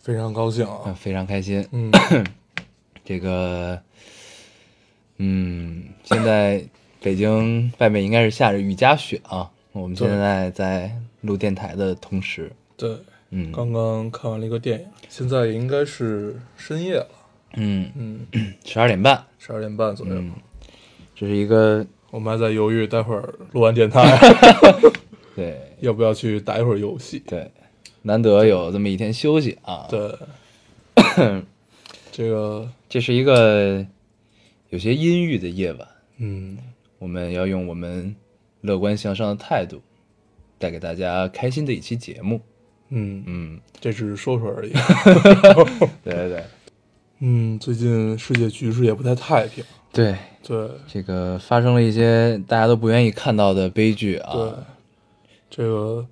非常高兴嗯啊。非常开心。嗯，这个，嗯，现在北京外面应该是下着雨夹雪啊。我们现在在录电台的同时，对，嗯刚刚看完了一个电影，现在应该是深夜了，嗯，嗯，十二点半，十二点半左右。嗯，这是一个我们还在犹豫，待会儿录完电台 对要不要去打一会儿游戏？对，难得有这么一天休息啊。， 对，这个，这是一个有些阴郁的夜晚，嗯，我们要用我们乐观向上的态度，带给大家开心的一期节目。嗯，嗯，这只是说说而已。对对对。嗯，最近世界局势也不太太平。对，对，这个发生了一些大家都不愿意看到的悲剧啊。对，这个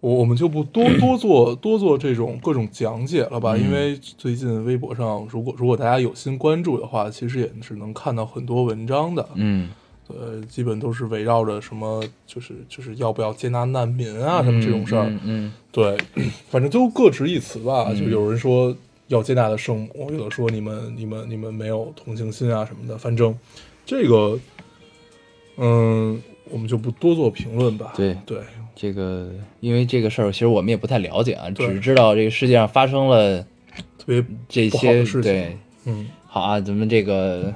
我我们就不多 多做多做这种各种讲解了嗯吧，因为最近微博上，如果如果大家有心关注的话，其实也是能看到很多文章的，嗯呃，基本都是围绕着什么，就是就是要不要接纳难民啊，什么这种事儿，嗯嗯对，反正都各执一词吧，就有人说。要接纳的圣母，有的说你们、你们、你们没有同情心啊什么的，反正这个，嗯，我们就不多做评论吧。对对，这个因为这个事儿，其实我们也不太了解啊，只对是知道这个世界上发生了特别这不好些的事情对。嗯，好啊，咱们这个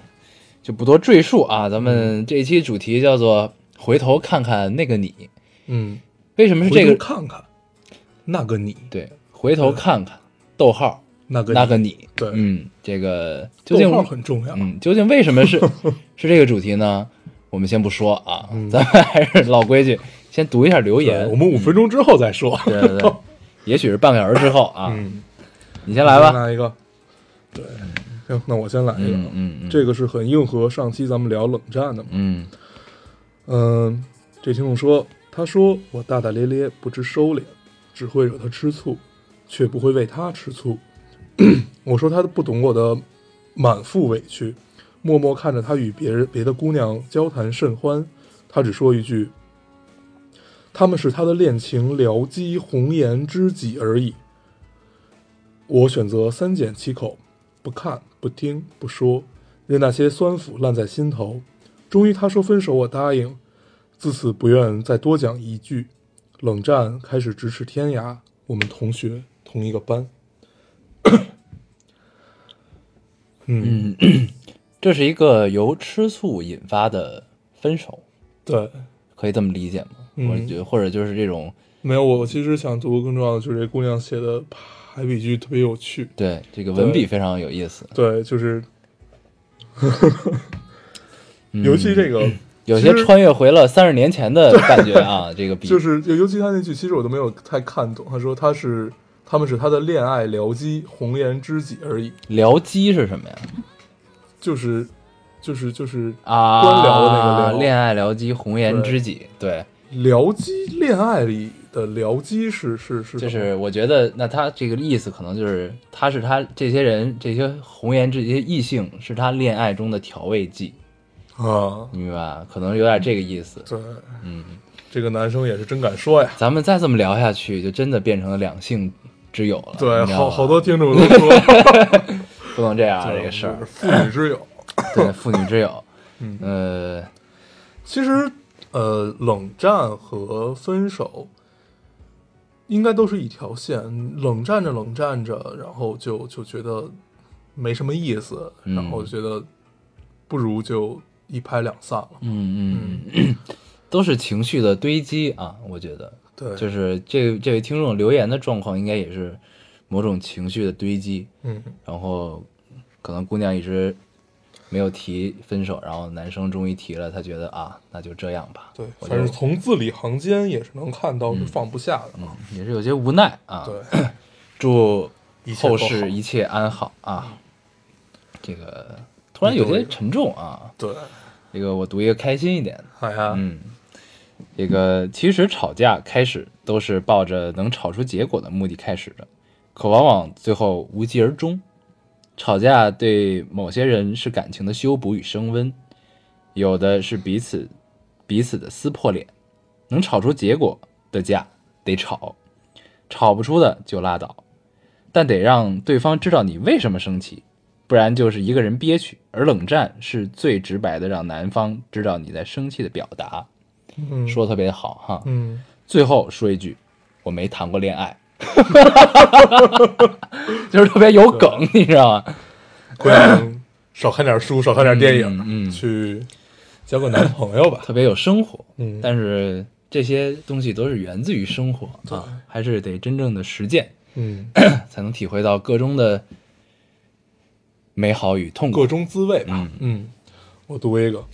就不多赘述啊，咱们这一期主题叫做“回头看看那个你嗯，”，为什么是回这头个？看看那个你，对，回头看看，逗号那个那个你，对嗯，这个究逗竟号很重要。嗯，究竟为什 么是是这个主题呢？我们先不说啊，咱们还是老规矩，先读一下留嗯对言。我们五分钟之后再说。对对 对，也许是半个小时之后啊，嗯，你先来吧。来一个。对，行，那我先来一个。嗯嗯嗯这个是很硬核，上期咱们聊冷战的嘛。嗯嗯，这听众说，他说我大大咧咧，不知收敛，只会惹他吃醋，却不会为他吃醋。 我说他不懂我的满腹委屈，默默看着他与别人别的姑娘交谈甚欢，他只说一句：“他们是他的恋情僚机、红颜知己而已。”我选择三缄其口，不看、不听、不说，任那些酸腐烂在心头。终于，他说分手，我答应，自此不愿再多讲一句。冷战开始咫尺天涯，我们同学同一个班。嗯，嗯，这是一个由吃醋引发的分手，对，可以这么理解吗？嗯我觉得或者就是这种没有，我其实想读更重要的就是这姑娘写的排比句特别有趣。对这个文对笔非常有意思，对，就是， 尤其这个，有些其实穿越回了三十年前的感觉 啊。这个笔 就是就尤其他那句，其实我都没有太看懂。他说他是他们是他的恋爱僚机、红颜知己而已，僚机是什么呀？就是就是就是啊，官僚的那个僚恋爱僚机，红颜知己，对，僚机恋爱里的僚机是是是什就么是我觉得，那他这个意思可能就是，他是他这些人这些红颜知己这些异性是他恋爱中的调味剂，啊，你明白吧？可能有点这个意思。对，嗯，这个男生也是真敢说呀。咱们再这么聊下去，就真的变成了两性之友了。对你，知道吧好好多听众都 说不能这样啊，这个事就儿是，妇女之友。对，妇女之 友，嗯呃，其实，呃，冷战和分手应该都是一条线。冷战着冷战着，然后就就觉得没什么意思，嗯然后觉得不如就一拍两散了。嗯嗯，嗯，都是情绪的堆积啊，我觉得。对，就是这这位听众留言的状况，应该也是某种情绪的堆积，嗯，然后可能姑娘一直没有提分手，然后男生终于提了，他觉得啊，那就这样吧，对，我反就嗯正从字里行间也是能看到是放不下的。嗯也是有些无奈啊。对，祝一切后都好事一切安好啊。这个突然有些沉重啊，对，这个我读一个开心一点的，哎呀，嗯，这个其实吵架开始都是抱着能吵出结果的目的开始的，可往往最后无疾而终。吵架对某些人是感情的修补与升温，有的是彼此彼此的撕破脸。能吵出结果的架得吵，吵不出的就拉倒，但得让对方知道你为什么生气，不然就是一个人憋屈。而冷战是最直白的让男方知道你在生气的表达，嗯，说得特别好哈。嗯，最后说一句，我没谈过恋爱， 就是特别有梗，你知道吗？姑娘，少看点书，少看点电影，嗯嗯嗯去交个男朋友吧。特别有生活，嗯但是这些东西都是源自于生活啊，还是得真正的实践，嗯，才能体会到个中的美好与痛各苦。中滋味吧。嗯，我读一个。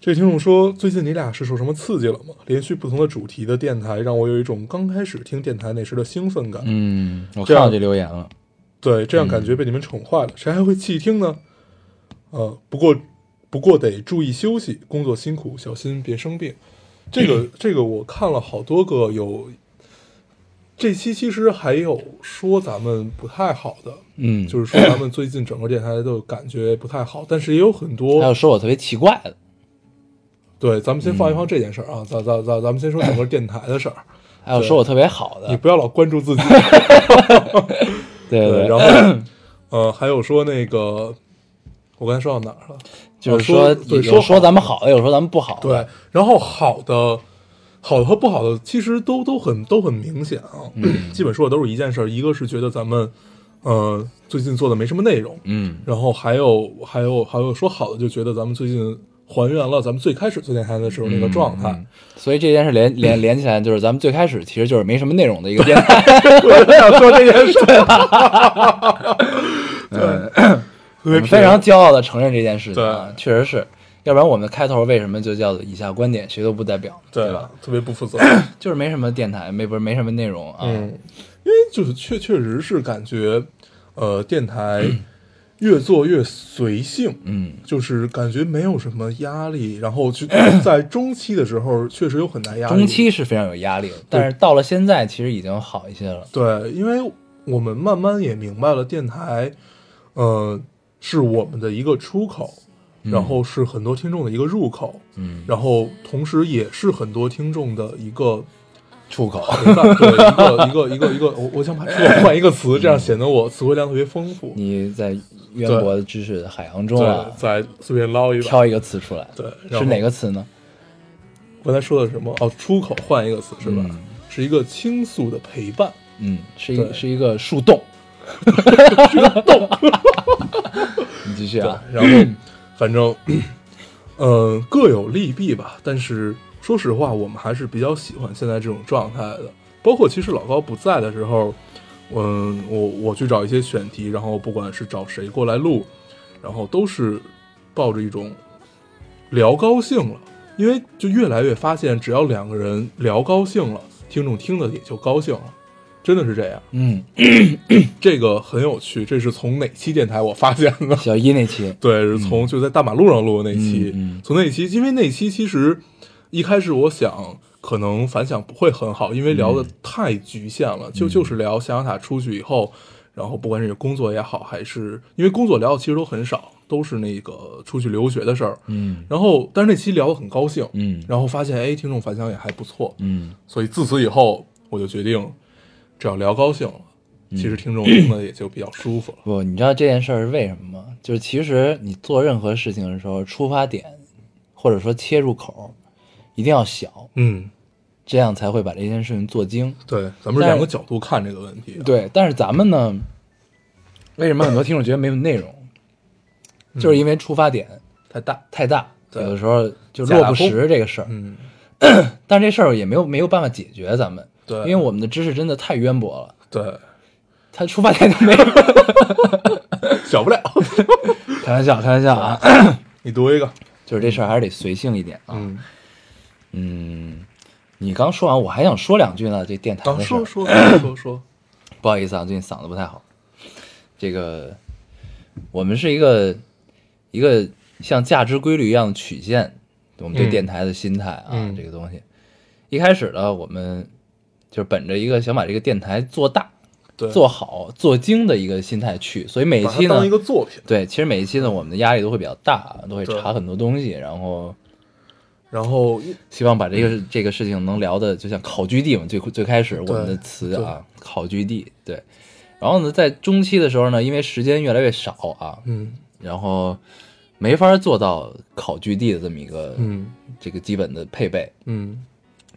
这听众说，最近你俩是受什么刺激了吗？连续不同的主题的电台，让我有一种刚开始听电台那时的兴奋感。嗯，我这看样到这留言了，对，这样感嗯觉被你们宠坏了，谁还会弃听呢？呃，不过不过得注意休息，工作辛苦，小心别生病。这个这个我看了好多个有，这期其实还有说咱们不太好的，嗯，就是说咱们最近整个电台的感觉不太好，但是也有很还有多说我特别奇怪的，对，咱们先放一放这件事儿啊，咱咱咱咱们先 说整个电台的事儿，还有说我特别好你的，不要老关注自己，对对然后呃还有说那个，我刚才说到哪儿了？就是啊说对有说说好咱们好的，有说咱们不好的，对，然后好的、好的和不好的其实都都很都很明显啊，嗯基本说的都是一件事儿，一个是觉得咱们呃最近做的没什么内容，嗯然后还有还有还有说好的就觉得咱们最近还原了咱们最开始做电台的时候那个状态，嗯所以这件事连 连连起来，就是咱们最开始其实就是没什么内容的一个电台，我就想说这件事儿，我对，特别们非常骄傲的承认这件事情啊，对确实是，要不然我们开头为什么就叫做以下观点谁都不代表，对对吧？？特别不负 责，就是没什么电台，没不是没什么内容啊，嗯，因为就是确确实是感觉呃电台越做越随性，嗯就是感觉没有什么压力，然后 就在中期的时候确实有很大压力。中期是非常有压力的，但是到了现在其实已经好一些了。对，因为我们慢慢也明白了电台，呃，是我们的一个出口，然后是很多听众的一个入口，嗯，然后同时也是很多听众的一个出口，陪伴，对，一个一个一个一个，我我想把出口换一个词，这样显得我词汇量特别丰富。你在渊博的知识的海洋中对啊，，再随便捞一把。挑一个词出来，对，然是后哪个词呢？刚才说的是什么？哦，出口换一个词是吧？嗯是一个倾诉的陪伴。嗯，是一对是一个树 洞，是个洞。你继续啊，然后反正， 呃，各有利弊吧。但是说实话，我们还是比较喜欢现在这种状态的。包括其实老高不在的时候，嗯，我我去找一些选题，然后不管是找谁过来录，然后都是抱着一种聊高兴了，因为就越来越发现，只要两个人聊高兴了，听众听的也就高兴了，真的是这样。嗯，这个很有趣，这是从哪期电台我发现的？小一那期，对，是从就在大马路上录的那期，嗯嗯嗯从那期，因为那期其实一开始我想可能反响不会很好，因为聊的太局限嗯了，就就是聊象牙塔出去以后，然后不管是工作也好，还是因为工作聊的其实都很少，都是那个出去留学的事儿。嗯然后，但是那期聊得很高兴，嗯然后发现哎，听众反响也还不错，嗯所以自此以后我就决定，只要聊高兴了，嗯其实听众听的也就比较舒服了。不，你知道这件事儿是为什么吗？就是其实你做任何事情的时候，出发点或者说切入口一定要小，嗯，这样才会把这件事情做精。对，咱们是但两个是角度看这个问题、啊。对，但是咱们呢，为什么很多听众觉得没有内容，就是因为出发点太大。太大，有对的时候就假落大不空实这个事儿。嗯，但这事儿也没有没有办法解决咱们，对因为我们的知识真的太渊博了，对，它出发点都没有。小不了。 开玩笑，开玩笑啊，你读一个， 就是这事儿还是得随性一点啊。嗯你刚说完，我还想说两句呢。这电台刚的事 说儿，说说说说，不好意思啊，最近嗓子不太好。这个我们是一个一个像价值规律一样的曲线，我们对嗯电台的心态啊，嗯这个东西。一开始呢，我们就是本着一个想把这个电台做大、对，做好、做精的一个心态去，所以每一把期呢它当一，个作品，对，其实每一期呢，我们的压力都会比较大，都会对查很多东西，然后然后希望把这嗯个这个事情能聊的，就像考据地嘛，最最开始我们的词啊，考据地对。然后呢，在中期的时候呢，因为时间越来越少啊，嗯然后没法做到考据地的这么一个、嗯这个基本的配备，嗯，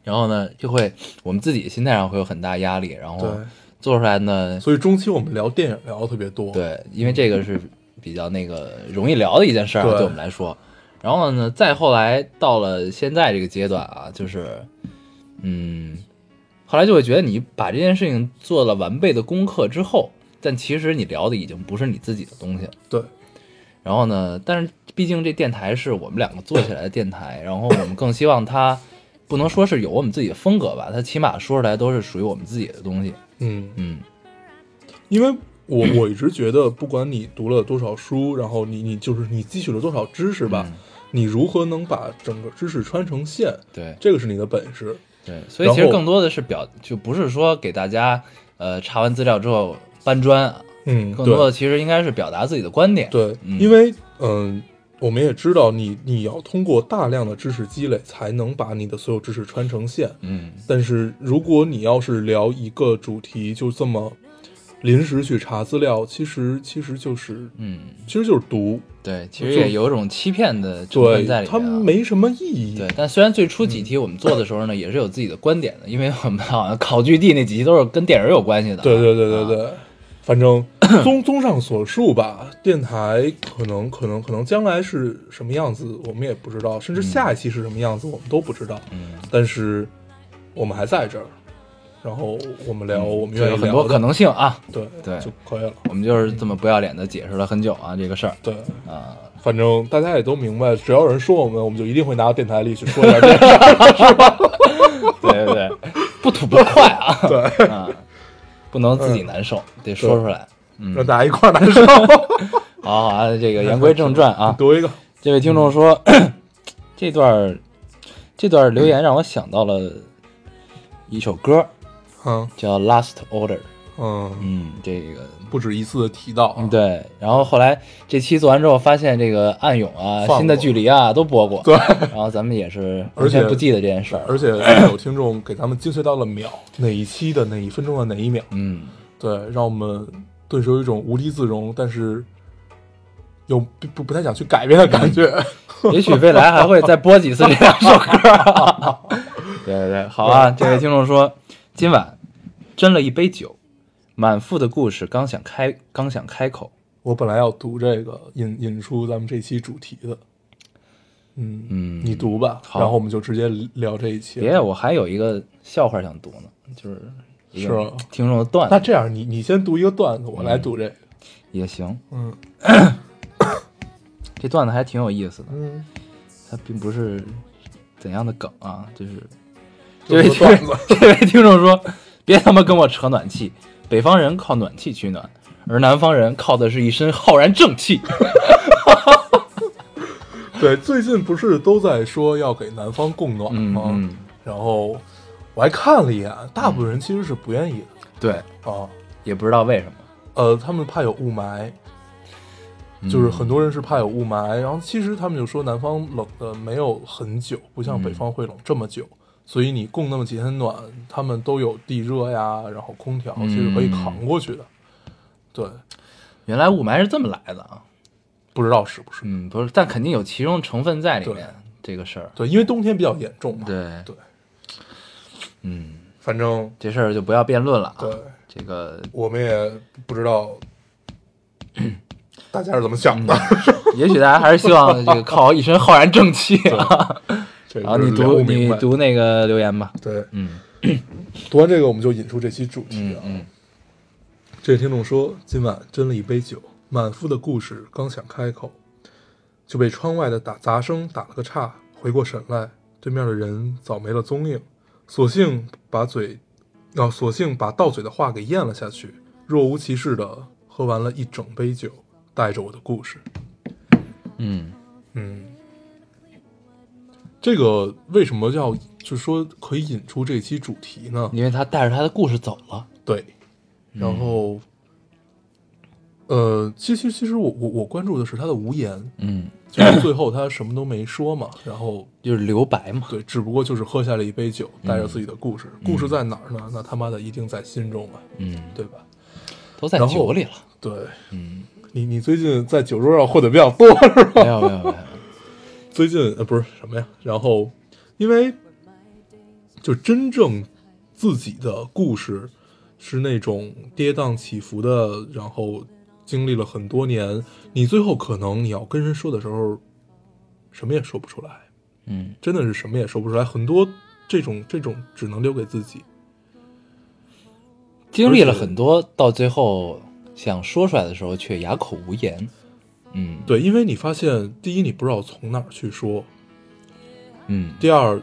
然后呢，就会我们自己心态上会有很大压力，然后对，做出来呢，所以中期我们聊电影聊的特别多，，对，因为这个是比较那个容易聊的一件事儿啊，对对我们来说。然后呢，再后来到了现在这个阶段啊，就是，嗯，后来就会觉得你把这件事情做了完备的功课之后，但其实你聊的已经不是你自己的东西了。对，然后呢，但是毕竟这电台是我们两个做起来的电台，然后我们更希望它不能说是有我们自己的风格吧，它起码说出来都是属于我们自己的东西。嗯，嗯，因为。我 我一直觉得，不管你读了多少书，然后你你就是你汲取了多少知识吧，嗯你如何能把整个知识穿成线，对。这个是你的本事。对，所以其然实后更多的是表，就不是说给大家呃查完资料之后搬砖啊，嗯，更多的其实应该是表达自己的观点。对，嗯因为嗯、我们也知道你你要通过大量的知识积累，才能把你的所有知识穿成线。嗯，但是如果你要是聊一个主题，就这么临时去查资料，其实其实就是嗯其实就是读，对，其实就也有种欺骗的成分在对，里它面、啊。没什么意义。对，但虽然最初几题我们做的时候呢，也是有自己的观点的，因为我们好像考据地那几题都是跟电影有关系的啊。对对对对啊对，反正综综上所述吧，电台可能可能可能将来是什么样子，我们也不知道，甚至下一期是什么样子，我们都不知道。嗯，但是我们还在这儿，然后我们聊我嗯们就愿有意很聊多的可，能性啊。对对就可以了。我们就是这么不要脸的解释了很久啊这个事儿对，啊。反正大家也都明白，只要有人说我们，我们就一定会拿到电台里去说一下这 个事儿。对对对，不吐不快啊。对啊，不能自己难受，得说出来。让大家一块儿难受。 好好啊，这 个言归正传啊，读一个，这位听众说， 这段儿这段儿留言让我想到了一首歌，嗯叫《Last Order》。嗯，嗯，这个不止一次的提到啊，对。然后后来这期做完之后，发现这个《暗涌》啊，放《新的过距离》啊都播过。对。然后咱们也 是而完全且不记得这件事儿。 而且有听众给咱们精确到了秒，哪一期的哪一分钟的哪一秒，嗯，对，让我们顿时有一种无地自容，但是又不不不太想去改变的感觉。也许未来还会再播几次这两首歌、啊。 对对对，好啊！这位听众说，今晚斟了一杯酒，满腹的故事刚想开，刚想开口， 我本来要读这个引引出咱们这期主题的，嗯嗯你读吧，好然后我们就直接聊这一期了。别，我还有一个笑话想读呢，就是一是个吗听众的段那子这样，你你先读一个段子，我来嗯读这个。也行。嗯这段子还挺有意思的，嗯，它并不是怎样的梗啊， 就是这就位是听段子。这位听众说：“别他妈跟我扯暖气，北方人靠暖气取暖，而南方人靠的是一身浩然正气。 对，最近不是都在说要给南方供暖嗯吗？嗯然后我还看了一眼，大部分人其实是不愿意”对，的啊。也不知道为什么。呃，他们怕有雾霾，嗯就是很多人是怕有雾霾。然后其实他们就说南方冷的没有很久，不像嗯北方会冷这么久，所以你供那么几天暖，他们都有地热呀，然后空调，其实可以嗯扛过去的。对，原来雾霾是这么来的啊。不知道是不是？嗯，不是，但肯定有其中成分在里面。这个事儿，对，因为冬天比较严重嘛。对对，嗯，反正这事儿就不要辩论了啊对。，这个我们也不知 道大家是怎么想的。也许大家还是希望这个靠一身浩然正气啊。 这个然后你聊读不明你白读那个留言吧。对，嗯 读完这个我们就引出这期主题嗯啊。嗯，这位听众说，今晚斟了一杯酒，满腹的故事刚想开口，就被窗外的打杂声打了个岔。回过神来，对面的人早没了踪影，索哦性把嘴，啊，索性把到嘴的话给咽了下去，若无其事的喝完了一整杯酒，带着我的故事。嗯嗯，这个为什么要就说可以引出这期主题呢？因为他带着他的故事走了。对，然后，呃，其实其实我我我关注的是他的无言，嗯，就是最后他什么都没说嘛，然后就是留白嘛。对，只不过就是喝下了一杯酒，带着自己的故事，故事在哪儿呢？那他妈的一定在心中啊，嗯，对吧？都在然后酒里 了。对嗯，你你最近在酒桌上混的比较多是吧？没有没有没有。最近呃不是什么呀，然后因为就真正自己的故事是那种跌宕起伏的，然后经历了很多年，你最后可能你要跟人说的时候，什么也说不出来，嗯，真的是什么也说不出来，很多这种这种只能留给自己。经历了很多，到最后想说出来的时候却哑口无言。嗯，对，因为你发现，第一你不知道从哪儿去说，嗯第二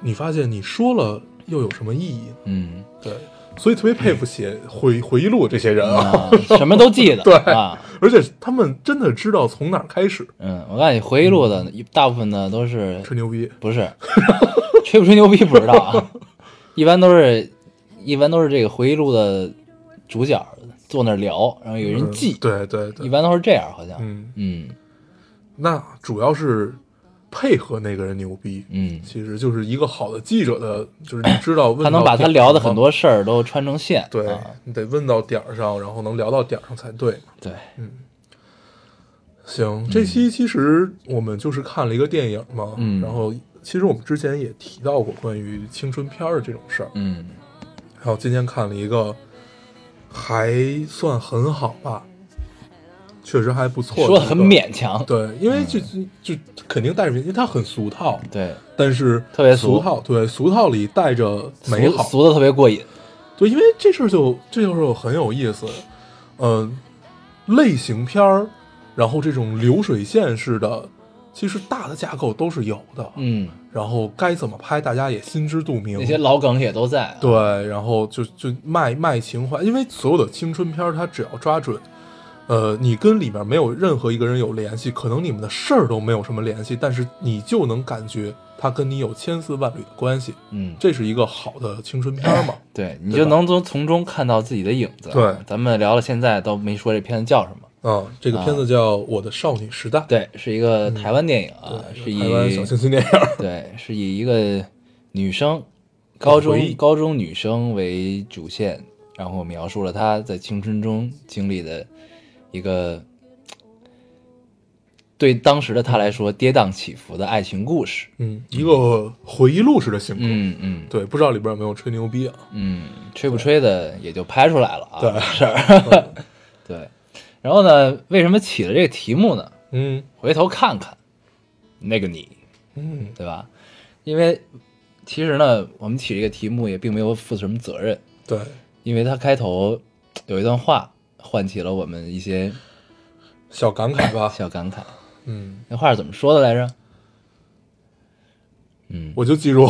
你发现你说了又有什么意义呢？嗯对，所以特别佩服写回回忆录这些人啊， 啊，什么都记得。对啊，而且他们真的知道从哪儿开始嗯，我告诉你，回忆录的一大部分呢都是吹牛逼。不是吹不吹牛逼不知道 啊，一般都是一般都是这个回忆录的主角坐那儿聊，然后有人记嗯，对对一对，般都是这样，好像。嗯，嗯那主要是配合那个人牛逼，嗯，其实就是一个好的记者的，就是你知道问他能到把他点聊的上很多事儿都穿成线。对，啊你得问到点儿上，然后能聊到点儿上才对。对，行，这期其实我们就是看了一个电影嘛，嗯然后其实我们之前也提到过关于青春片儿的这种事儿，嗯然后今天看了一个还算很好吧，确实还不错一个，说的很嗯勉强。对，因为就就就肯定带着，因为它很俗套，对，但是特别俗俗套，对，俗套里带着美俗好，俗的特别过瘾。对，因为这事儿就这就是很有意思，嗯、类型片儿，然后这种流水线式的，其实大的架构都是有的，嗯，然后该怎么拍大家也心知肚明，那些老梗也都在啊。对，然后就就卖卖情怀，因为所有的青春片儿，它只要抓准，呃，你跟里面没有任何一个人有联系，可能你们的事儿都没有什么联系，但是你就能感觉它跟你有千丝万缕的关系，嗯，这是一个好的青春片儿嘛？对你对就吧能从从中看到自己的影子。啊对咱们聊了现在都没说这片子叫什么。啊，这个片子叫《我的少女时代》，对，是一个台湾电影啊，嗯对是以台湾小清新电 影儿， 对，是以一个女生，高回忆中高中女生为主线，然后描述了她在青春中经历的一个对当时的她来说跌宕起伏的爱情故事。嗯，一个回忆录式的性格。嗯嗯对，不知道里边有没有吹牛逼啊？嗯，吹不吹的也就拍出来了啊，对是儿。对，然后呢，为什么起了这个题目呢？嗯回头看看那个你，嗯对吧？因为其实呢，我们起这个题目也并没有负什么责任，对，因为它开头有一段话唤起了我们一些小感慨吧， 小感慨。嗯，那话是怎么说的来着？嗯，我就记住，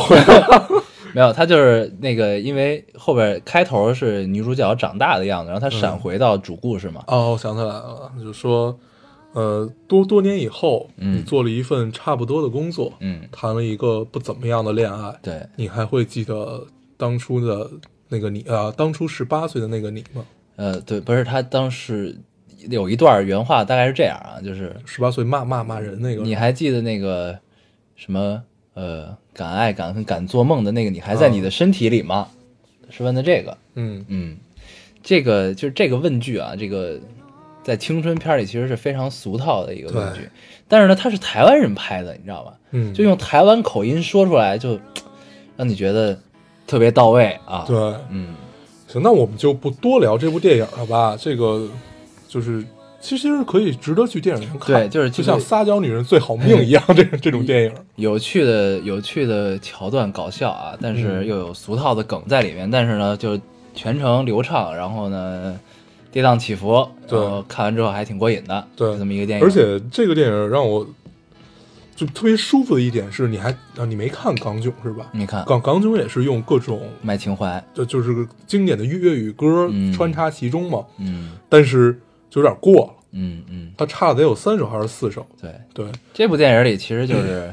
没有，他就是那个，因为后边开头是女主角长大的样子，然后她嗯闪回到主故事嘛。哦，我想起来了，就是说，呃，多多年以后，嗯你做了一份差不多的工作，嗯，谈了一个不怎么样的恋爱，对，你还会记得当初的那个你啊、当初十八岁的那个你吗？呃，对，不是，他当时有一段原话大概是这样啊，就是十八岁骂骂骂人那个，你还记得那个什么呃，敢爱敢恨敢做梦的那个你还在你的身体里吗？是问的这个，嗯嗯，这个就是这个问句啊，这个在青春片里其实是非常俗套的一个问句对，但是呢，它是台湾人拍的，你知道吧？嗯，就用台湾口音说出来，就让你觉得特别到位啊。对，嗯行，那我们就不多聊这部电影了吧，这个就是。其实可以值得去电影院看，对就是嗯这就个像《撒娇女人最好命》一样，这这种电影，有趣的有趣的桥段搞笑啊，但嗯是又有俗套的梗在里面，但是呢，就全程流畅，然后呢，跌宕起伏，对然后看完之后还挺过瘾的，对就这么一个电影，而且这个电影让我就特别舒服的一点是，你还啊，你没看港囧是吧？你看港港囧也是用各种卖情怀，就就是经典的粤语歌嗯穿插其中嘛，嗯但是就有点过了，嗯嗯，它差了得有三首还是四首？对，对，这部电影里其实就是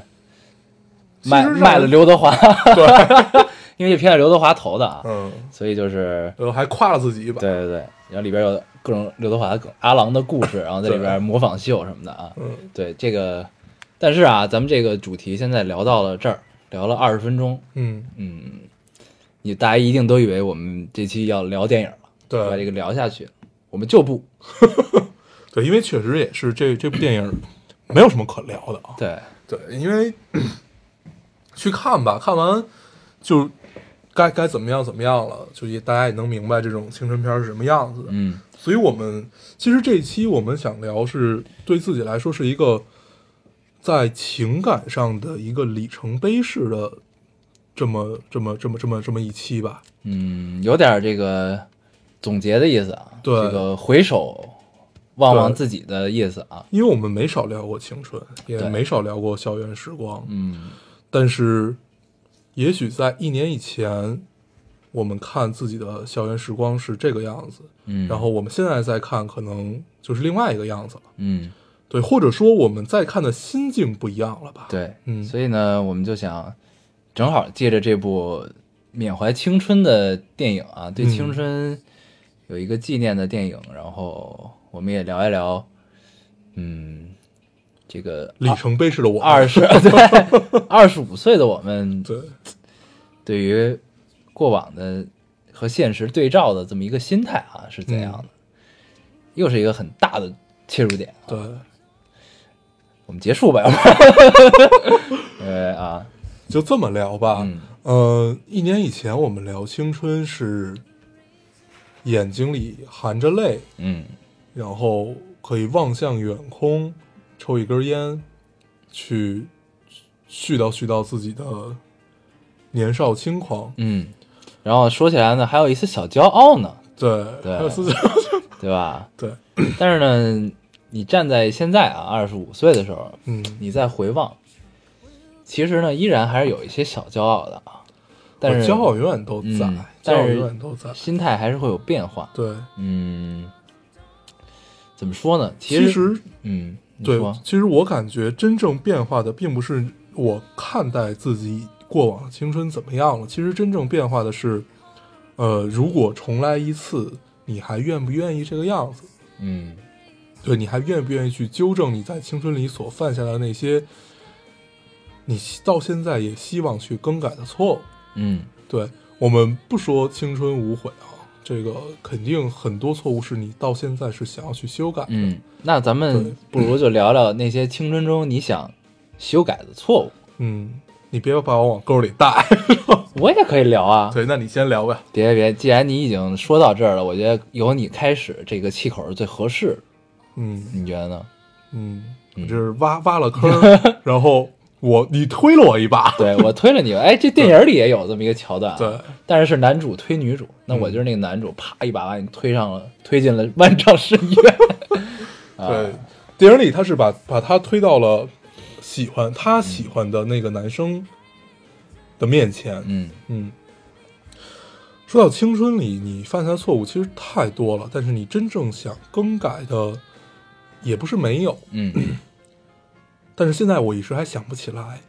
卖嗯其实让卖了刘德华，对， 因为这片是刘德华投的啊，嗯，所以就是然后呃还夸了自己一把，对对对，然后里边有各种刘德华的梗、阿郎的故事，然后在里对边模仿秀什么的啊，嗯，对这个，但是啊，咱们这个主题现在聊到了这儿，聊了二十分钟，嗯，嗯，你大家一定都以为我们这期要聊电影了，把这对，个聊下去，我们就不对，因为确实也是这这部电影没有什么可聊的啊，对，对，因为 去看吧，看完就该该怎么样怎么样了，就也大家也能明白这种青春片是什么样子的。嗯所以我们其实这一期我们想聊是对自己来说是一个在情感上的一个里程碑式的这么这么这么这么这么一期吧。嗯，有点这个总结的意思啊，对这个回首望望对自己的意思啊，因为我们没少聊过青春，也对没少聊过校园时光，嗯但是也许在一年以前，我们看自己的校园时光是这个样子，嗯，然后我们现在再看，可能就是另外一个样子了。嗯对，或者说我们再看的心境不一样了吧？，对，嗯所以呢，我们就想正好借着这部缅怀青春的电影啊，对嗯青春有一个纪念的电影，然后我们也聊一聊，嗯，这 个里程碑式的我啊二十 对二十五岁的我们对，对于过往的和现实对照的这么一个心态啊，是怎样的？又是一个很大的切入点、啊。对，我们结束吧，要不 然？呃啊，就这么聊吧。嗯呃，一年以前我们聊青春是眼睛里含着泪，嗯然后可以望向远空，抽一根烟，去絮叨絮叨自己的年少轻狂。嗯。然后说起来呢，还有一丝小骄傲呢，对，对还有自己对吧？对，但是呢，你站在现在啊，二十五岁的时候，嗯，你再回望，其实呢，依然还是有一些小骄傲的啊，但我是骄傲永远都在，嗯骄傲但是永远都在。心态还是会有变化。对，嗯，怎么说呢？其其实，实嗯，你对说，其实我感觉真正变化的并不是我看待自己过往的青春怎么样了，其实真正变化的是，呃，如果重来一次，你还愿不愿意这个样子？嗯对，你还愿不愿意去纠正你在青春里所犯下的那些，你到现在也希望去更改的错误？嗯对我们不说青春无悔啊，这个肯定很多错误是你到现在是想要去修改的。嗯，那咱们对不如就聊聊那些青春中你想修改的错误。嗯，你别把我往沟里 带。我也可以聊啊，对，那你先聊呗。别别别，既然你已经说到这儿了，我觉得由你开始，这个气口是最合适的，嗯你觉得呢？嗯，嗯我这是挖挖了坑儿， 然后我你推了我一把。对我推了你，哎，这电影里也有这么一个桥段、啊，对，但是是男主推女主，那我就是那个男主，啪一把把你推上了，推进了万丈深渊。啊对，电影里他是把把他推到了喜欢他喜欢的那个男生的面前。嗯嗯，说到青春里你犯下的错误其实太多了，但是你真正想更改的也不是没有，嗯，但是现在我一时还想不起来。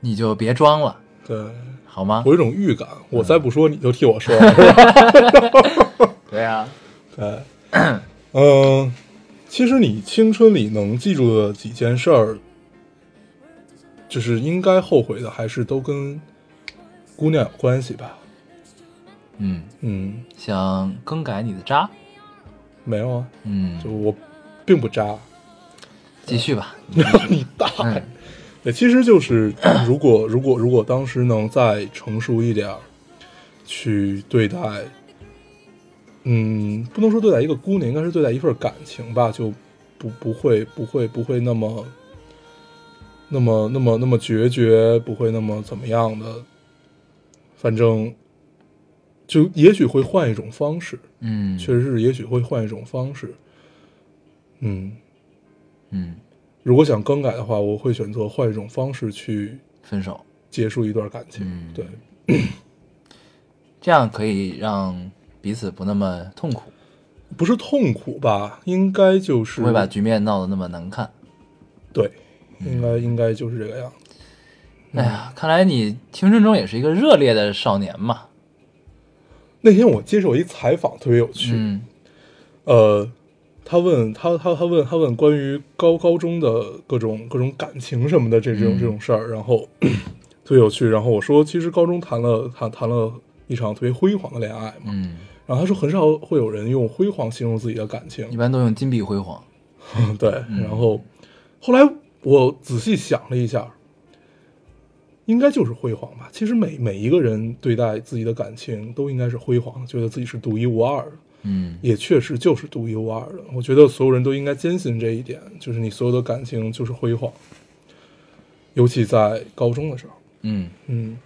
你就别装了，对好吗我？有一种预感，我再不说你就替我 说了。是吧对呀、啊对，嗯，哎其实你青春里能记住的几件事儿，就是应该后悔的，还是都跟姑娘有关系吧？嗯，嗯，想更改你的渣，没有啊，嗯就，我并不渣，继续吧，你大爷。对，其实就是如果如果如果当时能再成熟一点儿，啊去对待，嗯，不能说对待一个姑娘，应该是对待一份感情吧，就不不会不会不会那么那么那么那么决绝，不会那么怎么样的，反正就也许会换一种方式，嗯，确实是也许会换一种方式，嗯。嗯，如果想更改的话，我会选择换一种方式去分手，结束一段感情。嗯对，这样可以让彼此不那么痛苦，不是痛苦吧？应该就是不会把嗯局面闹得那么难看。对，应该应该就是这个样子。嗯哎呀，看来你青春中也是一个热烈的少年嘛。那天我接受一采访，特别有趣。嗯呃，他问他他他问他问关于高高中的各种各种感情什么的这这种嗯这种事儿，然后 特别有趣。然后我说，其实高中谈了谈谈了一场特别辉煌的恋爱嘛。嗯，然后他说，很少会有人用辉煌形容自己的感情一。般都用金碧辉煌。对，然后后来我仔细想了一下，应该就是辉煌吧。其实每每一个人对待自己的感情都应该是辉煌的，觉得自己是独一无二的。嗯也确实就是独一无二的。我觉得所有人都应该坚信这一点，就是你所有的感情就是辉煌，尤其在高中的时候，嗯嗯，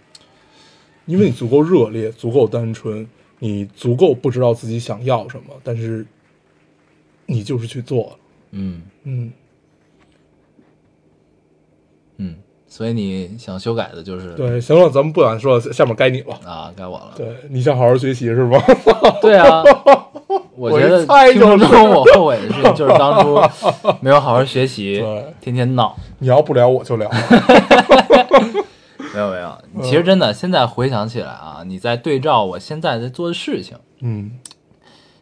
因为你足够热烈，足够单纯，你足够不知道自己想要什么，但是你就是去做了，嗯嗯，嗯，所以你想修改的就是对，行了，咱们不敢说了，下面该你了。啊，该我了。对你想好好学习是吧？对啊，我觉我得一猜听就是众中我后悔的事情就是当初没有好好学习 对，天天闹。 你要不聊我就聊，没有没有，其实真的，现在回想起来啊，你在对照我现在在做的事情，嗯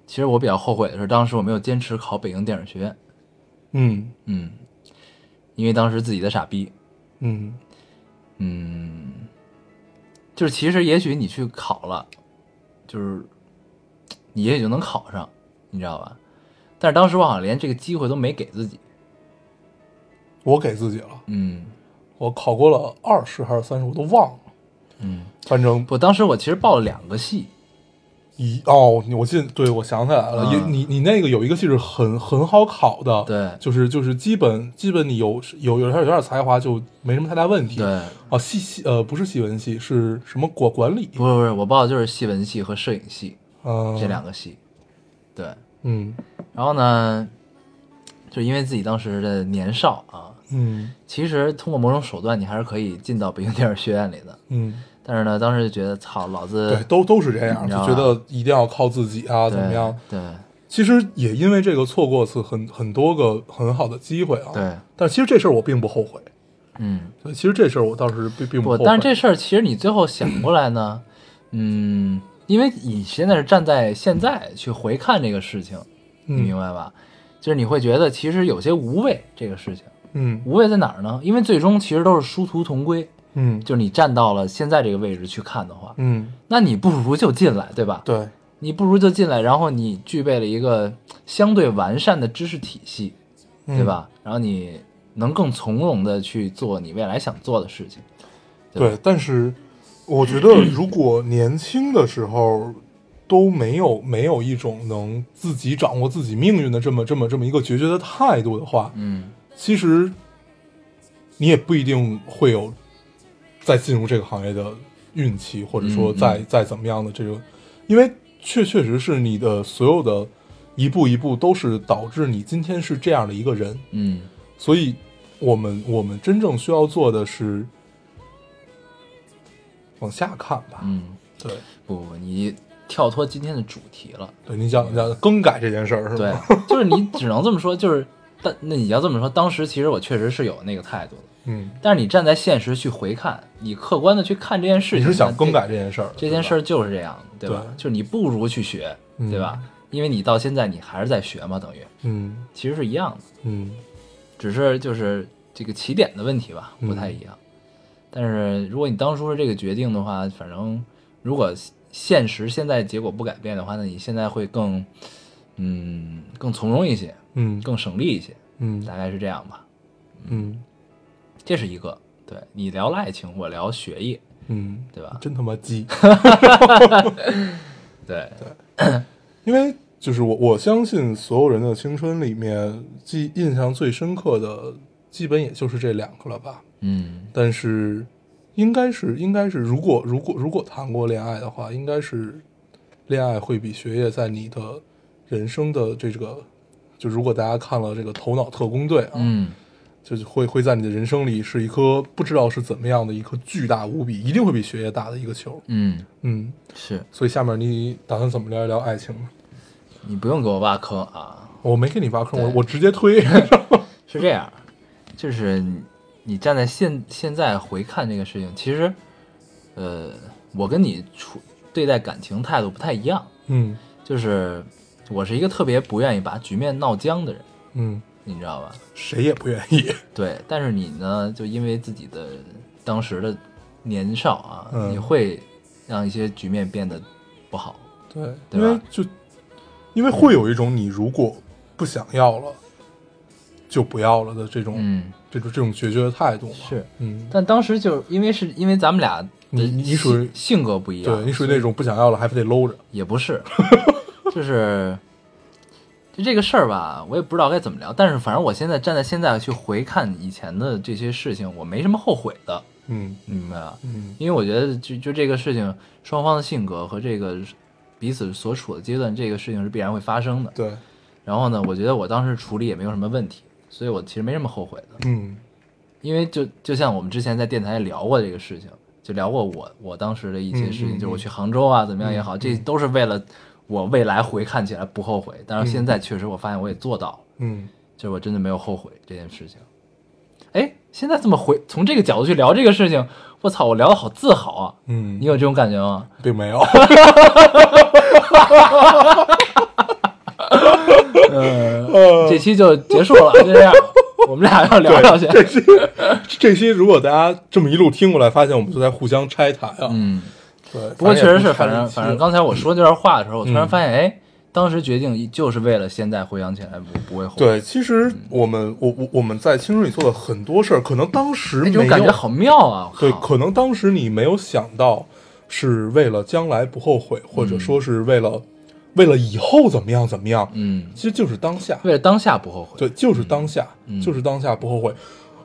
其实我比较后悔的是，当时我没有坚持考北京电影学院，嗯嗯，因为当时自己的傻逼，嗯，嗯，就是其实也许你去考了，就是你也许就能考上，你知道吧？但是当时我好像连这个机会都没给自己，我给自己了，嗯我考过了二十还是三十，我都忘了，嗯，反正不，当时我其实报了两个系，一哦，你我记得，对我想起来了，嗯也你你那个有一个戏是很很好考的，对就是就是基本基本你有有有点有点才华就没什么太大问题，对，啊，戏戏呃不是戏文系是什么管管理，不是不是，我报的就是戏文系和摄影系嗯、这两个系，对，嗯然后呢，就因为自己当时的年少啊，嗯其实通过某种手段你还是可以进到北京电影学院里的，嗯，但是呢，当时就觉得操，老子对，都都是这样，你就知道觉得一定要靠自己啊，怎么啊对样？对其实也因为这个错过次很很多个很好的机会啊，对，但其实这事儿我并不后悔，嗯，对，其实这事儿我倒是并并不后不，悔，但是这事儿其实你最后想过来呢，嗯，因为你现在是站在现在去回看这个事情，你明嗯白吧？就是你会觉得其实有些无谓这个事情，嗯无谓在哪儿呢？因为最终其实都是殊途同归，嗯就是你站到了现在这个位置去看的话，嗯，那你不如就进来，对吧？对。你不如就进来，然后你具备了一个相对完善的知识体系，嗯对吧？然后你能更从容的去做你未来想做的事情。对对，但是我觉得如果年轻的时候都没有没有一种能自己掌握自己命运的这么这么这么一个决绝的态度的话，嗯，其实你也不一定会有再进入这个行业的运气，或者说嗯嗯再再怎么样的这个，因为确确实是你的所有的一步一步都是导致你今天是这样的一个人，嗯，所以我们我们真正需要做的是往下看吧。嗯，对，不不，你跳脱今天的主题了。对你讲讲更改这件事儿是对吧？，就是你只能这么说，就是但那你要这么说，当时其实我确实是有那个态度的，嗯，但是你站在现实去回看，你客观的去看这件事你情，是想那更这改这件事儿？这件事儿，儿就是这样的，对吧？对就是你不如去学，嗯对吧？因为你到现在你还是在学嘛，等于嗯其实是一样的。嗯只是就是这个起点的问题吧，嗯不太一样。但是如果你当初是这个决定的话，反正如果现实现在结果不改变的话，那你现在会更，嗯，更从容一些，嗯更省力一些，嗯大概是这样吧。嗯这是一个，对你聊了爱情，我聊学业，嗯，对吧？真他妈鸡！对，因为就是我我相信所有人的青春里面，记印象最深刻的，基本也就是这两个了吧。嗯但是应该是应该是，如果如果如果谈过恋爱的话，应该是恋爱会比学业在你的人生的这个，就如果大家看了这个《头脑特工队》啊，嗯就是会会在你的人生里是一颗不知道是怎么样的一颗巨大无比，一定会比学业大的一个球。嗯，嗯，是所以下面你打算怎么聊一聊爱情呢？你不用给我挖坑啊，我没给你挖坑，我对我直接推。 是这样，就是你你站在现现在回看这个事情，其实，呃，我跟你处对待感情态度不太一样，嗯就是我是一个特别不愿意把局面闹僵的人，嗯，你知道吧？谁也不愿意。对，但是你呢，就因为自己的当时的年少啊，嗯你会让一些局面变得不好。对，对 因吧为就因为会有一种你如果不想要了，就不要了的这种、嗯，这种这种决绝的态度嘛。是。嗯，但当时就是因为是因为咱们俩的你你性属于性格不一样，对你属于那种不想要了还非得搂着。也不是， 就是就这个事儿吧，我也不知道该怎么聊。但是反正我现在站在现在去回看以前的这些事情，我没什么后悔的，嗯你明白吧？嗯因为我觉得就就这个事情，双方的性格和这个彼此所处的阶段，这个事情是必然会发生的。对，然后呢，我觉得我当时处理也没有什么问题，所以我其实没什么后悔的。嗯因为就就像我们之前在电台聊过这个事情，就聊过我我当时的一些事情，嗯就嗯是我去杭州啊，怎么样也好，嗯这都是为了我未来回看起来不后悔。但是现在确实我发现我也做到了，嗯，就是我真的没有后悔这件事情。哎，现在这么回从这个角度去聊这个事情，我操，我聊的好自豪啊！嗯你有这种感觉吗？并没有。呃这期就结束了，就这样。我们俩要聊聊去。这期这期如果大家这么一路听过来，发现我们就在互相拆台啊。嗯，对，不过确实是，反反正正也不反正拆这期了刚才我说这段话的时候，我突然嗯发现，哎，当时决定就是为了现在回想起来不不会后悔。对，其实我们我我我们在青春里做的很多事儿，可能当时那没种有感觉好妙啊！我对，靠可能当时你没有想到是为了将来不后悔，或者说是为了为了以后怎么样怎么样，嗯，其实就是当下。为了当下不后悔。对，就是当下，嗯就是当下不后悔，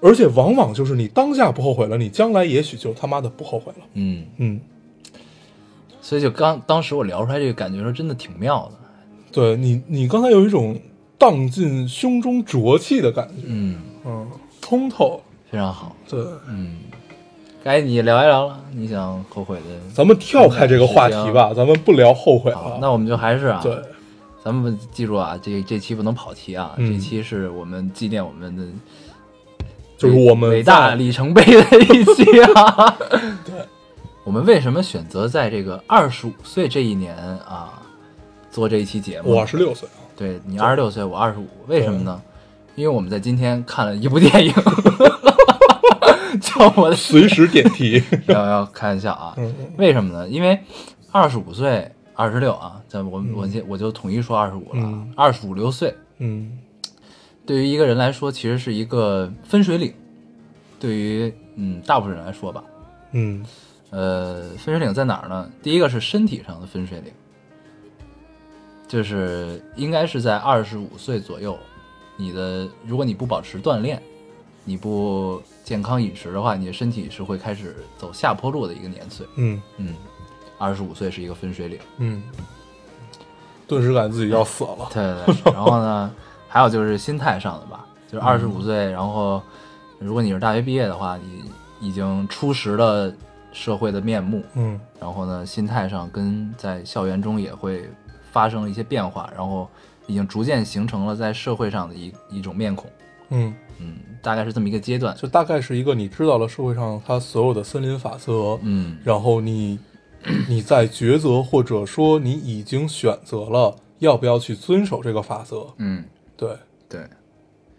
而且往往就是你当下不后悔了，你将来也许就他妈的不后悔了。嗯，嗯，所以就刚当时我聊出来这个感觉的时候，真的挺妙的。对你，你刚才有一种荡尽胸中浊气的感觉，嗯，嗯，通透。非常好。对，嗯，该你聊一聊了，你想后悔的。咱们跳开这个话嗯题吧，咱们不聊后悔好了。，那我们就还是啊，对，咱们记住啊，这这期不能跑题啊，嗯这期是我们纪念我们的就是我们伟大里程碑的一期 啊。对，我们为什么选择在这个二十五岁这一年啊做这一期节目？我二十六岁啊，对你二十六岁，我二十五，为什么呢？因为我们在今天看了一部电影， 叫我的随时点 题。 要要开玩笑啊！嗯为什么呢？因为二十五岁、二十六啊，咱我我先我就统一说二十五了啊嗯，二十五六岁嗯对于一个人来说，其实是一个分水岭。对于嗯大部分人来说吧，嗯呃，分水岭在哪儿呢？第一个是身体上的分水岭，就是应该是在二十五岁左右，你的如果你不保持锻炼，你不健康饮食的话，你的身体是会开始走下坡路的一个年岁。嗯嗯，二十五岁是一个分水岭。嗯，顿时感觉自己要死了。对对对。然后呢，还有就是心态上的吧，就是二十五岁，然后如果你是大学毕业的话，你已经初识了社会的面目，嗯然后呢，心态上跟在校园中也会发生了一些变化，然后已经逐渐形成了在社会上的一一种面孔，嗯，嗯，大概是这么一个阶段，就大概是一个你知道了社会上它所有的森林法则，嗯，然后你你在抉择，或者说你已经选择了要不要去遵守这个法则。嗯，对，对，嗯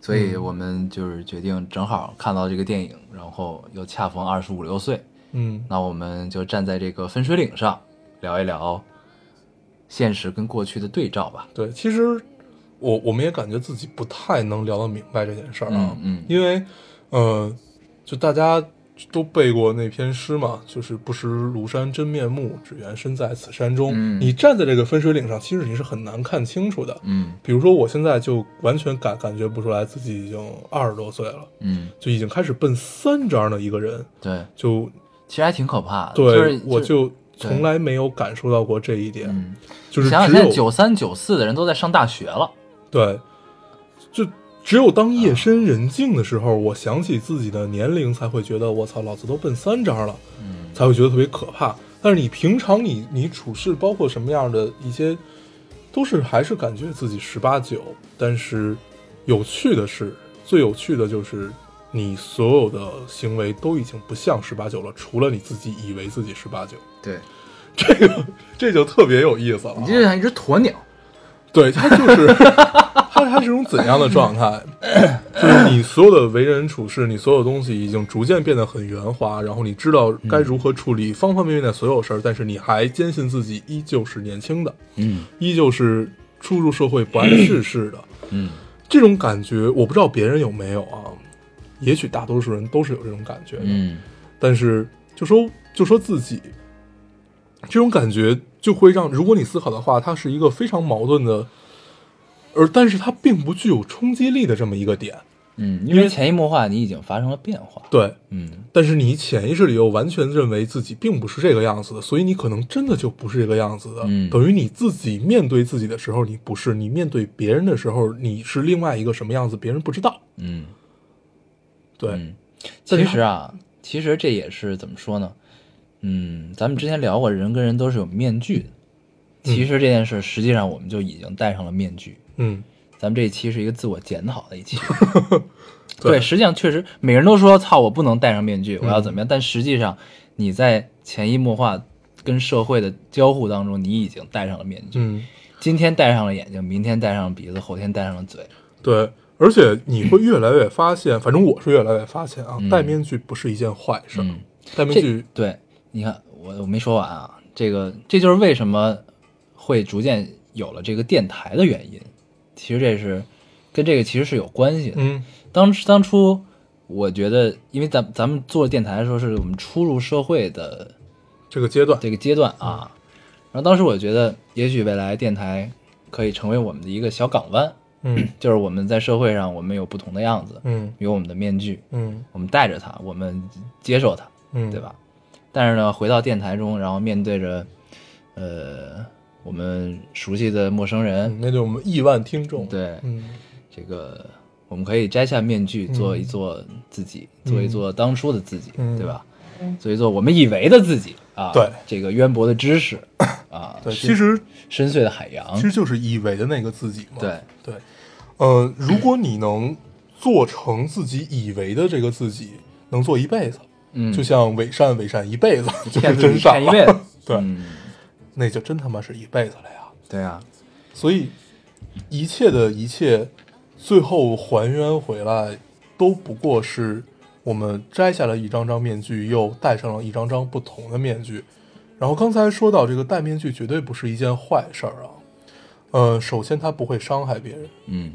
所以我们就是决定正好看到这个电影，然后又恰逢二十五六岁，嗯那我们就站在这个分水岭上聊一聊现实跟过去的对照吧，对，其实我我们也感觉自己不太能聊得明白这件事儿啊，嗯嗯因为呃，就大家都背过那篇诗嘛，就是不识庐山真面目，只缘身在此山中。嗯你站在这个分水岭上，其实你是很难看清楚的。嗯比如说，我现在就完全感感觉不出来自己已经二十多岁了，嗯，就已经开始奔三这样的一个人，对，就其实还挺可怕的，对是我就。就从来没有感受到过这一点，嗯就是想想只现在有九三九四的人都在上大学了，对，就只有当夜深人静的时候，我想起自己的年龄，才会觉得我操，老子都奔三张了，才会觉得特别可怕。但是你平常你你处事，包括什么样的一些，都是还是感觉自己十八九。但是有趣的是，最有趣的就是你所有的行为都已经不像十八九了，除了你自己以为自己十八九，对这个这就特别有意思了啊。你就像一只鸵鸟，对他就是他他是一种怎样的状态？就是你所有的为人处事，你所有东西已经逐渐变得很圆滑，然后你知道该如何处理方方面面的所有事儿，但是你还坚信自己依旧是年轻的，嗯依旧是初入社会不谙世事的。嗯，这种感觉，我不知道别人有没有啊？也许大多数人都是有这种感觉的。嗯但是就说就说自己，这种感觉就会让，如果你思考的话，它是一个非常矛盾的，而但是它并不具有冲击力的这么一个点。嗯，因为潜移默化你已经发生了变化，对，嗯但是你潜意识里又完全认为自己并不是这个样子的，所以你可能真的就不是这个样子的。嗯等于你自己面对自己的时候，你不是；你面对别人的时候，你是另外一个什么样子，别人不知道。嗯。对，嗯，其实啊，其实这也是怎么说呢？嗯，咱们之前聊过，人跟人都是有面具的。其实这件事，实际上我们就已经戴上了面具。嗯，咱们这一期是一个自我检讨的一 期。对嗯对，实际上确实，每个人都说“操，我不能戴上面具，我要怎么样”，但实际上你在潜移默化跟社会的交互当中，你已经戴上了面具。嗯。今天戴上了眼睛，明天戴上了鼻子，后天戴上了嘴。对，而且你会越来越发现，反正我是越来越发现啊，戴面具不是一件坏事。嗯戴面这具，对，你看我我没说完啊，这个这就是为什么会逐渐有了这个电台的原因。其实这是跟这个其实是有关系的。嗯当当初我觉得，因为咱咱们做电台的时候是我们初入社会的这个阶段，这个阶段啊，嗯然后当时我觉得，也许未来电台可以成为我们的一个小港湾，嗯就是我们在社会上我们有不同的样子，嗯有我们的面具，嗯我们戴着它，我们接受它。嗯，对？吧？但是呢，回到电台中，然后面对着，呃，我们熟悉的陌生人，嗯，那就是我们亿万听众。，对嗯这个，我们可以摘下面具，做一做自己，做一做当初的自己，嗯对吧？做一做我们以为的自己啊，对这个渊博的知 识啊，对，深其实深邃的海洋其，实就是以为的那个自己嘛。嗯对，对，呃，如果你能做成自己以为的这个自己，能做一辈子，嗯，就像伪善伪善一辈 子，就是骗自己真善骗一辈子了， 对，嗯，那就真他妈是一辈子了呀。对啊，所以一切的一切，最后还原回来，都不过是我们摘下了一张张面具，又戴上了一张张不同的面具。然后刚才说到这个戴面具绝对不是一件坏事儿啊，呃，首先它不会伤害别人，嗯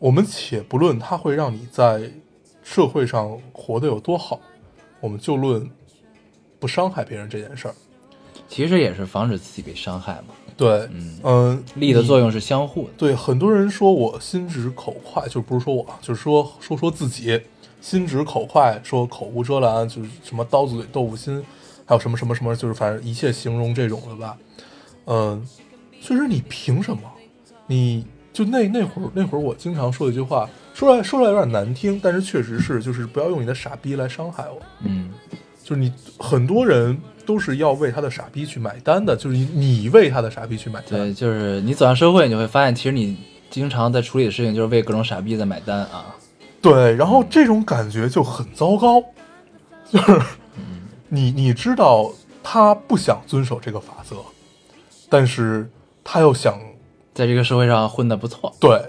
我们且不论它会让你在社会上活得有多好，我们就论不伤害别人这件事儿。其实也是防止自己被伤害嘛，对，嗯嗯，力的作用是相互的，对，很多人说我心直口快，就不是说我啊，就是说说说自己心直口快，说口无遮拦，就是什么刀子嘴豆腐心，还有什么什么什么，就是反正一切形容这种的吧。嗯，确实，你凭什么？你就那那会儿那会儿，我经常说一句话，说出来说出来有点难听，但是确实是，就是不要用你的傻逼来伤害我。嗯就是你很多人都是要为他的傻逼去买单的，就是你你为他的傻逼去买单。对，就是你走上社会，你就会发现，其实你经常在处理的事情就是为各种傻逼在买单啊。对，然后这种感觉就很糟糕，就是你你知道他不想遵守这个法则，但是他又想在这个社会上混得不错，对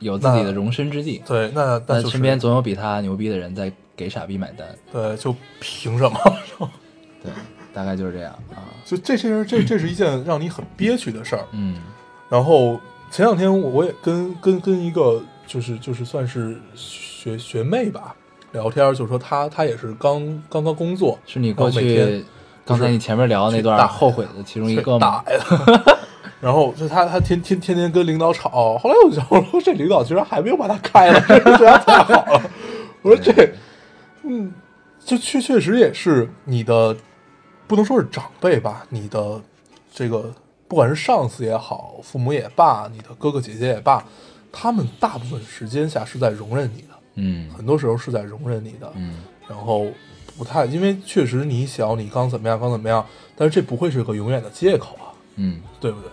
有自己的容身之地，对，那那但就是身边总有比他牛逼的人在给傻逼买单。对，就凭什么？ 对，大概就是这样啊。就这些人，这这是一件让你很憋屈的事儿。嗯然后前两天我我也跟跟跟一个就是就是算是学学妹吧聊天儿，就说她她也是刚刚刚工作，是你过然后每天去刚才你前面聊的那去打段后悔的其中一个吗打？呀。 然后就他他天天天天跟领导吵，后来我就想我说这领导居然还没有把他开了， 这这还太好了。我说这，嗯，这确确实也是你的，不能说是长辈吧，你的这个不管是上司也好，父母也罢，你的哥哥姐姐也罢，他们大部分时间下是在容忍你的，嗯很多时候是在容忍你的，嗯然后不太，因为确实你小，你刚怎么样，刚怎么样，但是这不会是个永远的借口啊，嗯，对不对？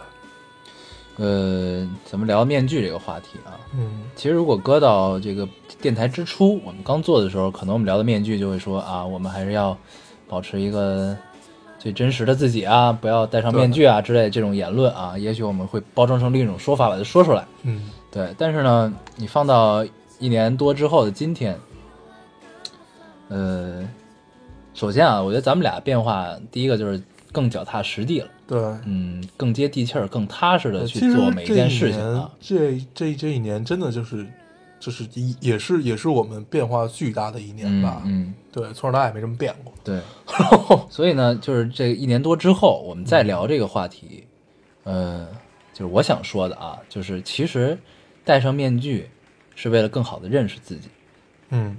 呃，咱们聊面具这个话题啊，嗯其实如果搁到这个电台之初，我们刚做的时候，可能我们聊的面具就会说啊，我们还是要保持一个最真实的自己啊，不要戴上面具啊之类的这种言论啊，也许我们会包装成另一种说法把它说出来。嗯对，但是呢，你放到一年多之后的今天，呃，首先啊，我觉得咱们俩变化，第一个就是更脚踏实地了，对。嗯，更接地气儿，更踏实的呃去其实做每一这件一事情年啊，这这这一年真的就是，就是一也是也是我们变化巨大的一年吧。嗯。嗯对，从小到大也没这么变过。 对，所以呢，就是这一年多之后，我们再聊这个话题，呃，就是我想说的啊，就是其实戴上面具是为了更好的认识自己，嗯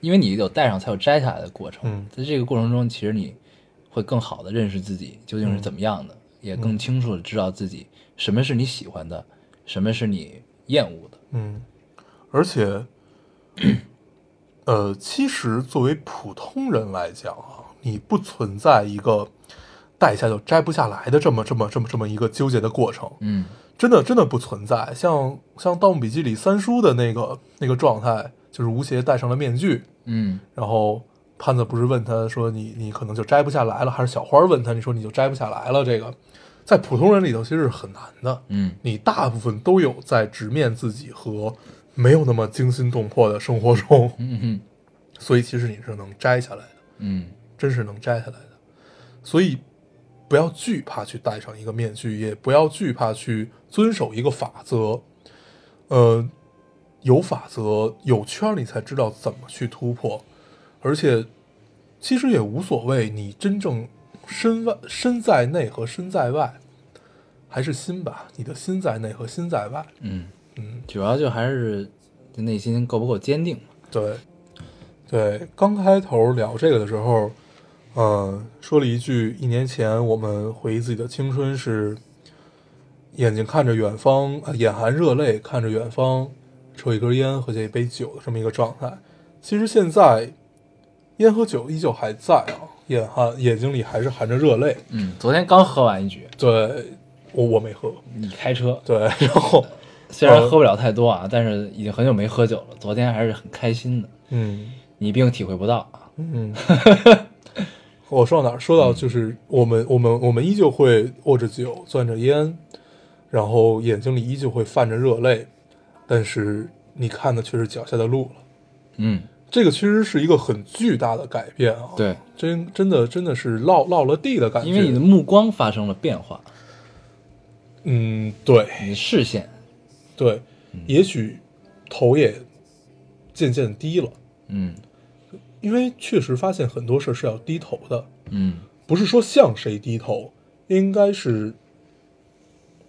因为你有戴上才有摘下来的过程，嗯在这个过程中，其实你会更好的认识自己究竟是怎么样的，也更清楚的知道自己什么是你喜欢的，什么是你厌恶的，嗯，而且，呃，其实作为普通人来讲啊，你不存在一个戴下就摘不下来的这么这么这么这么一个纠结的过程。嗯真的真的不存在。像像《盗墓笔记》里三叔的那个那个状态，就是吴邪戴上了面具，嗯然后潘子不是问他说你你可能就摘不下来了，还是小花问他你说你就摘不下来了？这个在普通人里头其实是很难的，嗯你大部分都有在直面自己和没有那么惊心动魄的生活中，嗯嗯所以其实你是能摘下来的，嗯真是能摘下来的。所以不要惧怕去戴上一个面具，也不要惧怕去遵守一个法则。呃，有法则、有圈儿，你才知道怎么去突破。而且，其实也无所谓，你真正身外、身在内和身在外，还是心吧。你的心在内和心在外，嗯嗯，主要就还是内心够不够坚定嘛，对，对，刚开头聊这个的时候，呃，说了一句，一年前我们回忆自己的青春是，眼睛看着远方，呃眼含热泪看着远方，抽一根烟，喝下一杯酒的这么一个状态。其实现在，烟和酒依旧还在啊，眼含眼睛里还是含着热泪。嗯，昨天刚喝完一局，对，我我没喝。你开车，对，然后，虽然喝不了太多啊，但是已经很久没喝酒了。昨天还是很开心的，嗯。你并体会不到啊。嗯， 我说到哪儿？说到嗯就是我们，我们，我们依旧会握着酒，攥着烟，然后眼睛里依旧会泛着热泪，但是你看的却是脚下的路了。嗯，这个其实是一个很巨大的改变啊！，对，真真的真的是落落了地的感觉。因为你的目光发生了变化，嗯，对你的视线，对，嗯也许头也渐渐低了，嗯因为确实发现很多事儿是要低头的。嗯不是说向谁低头，应该是，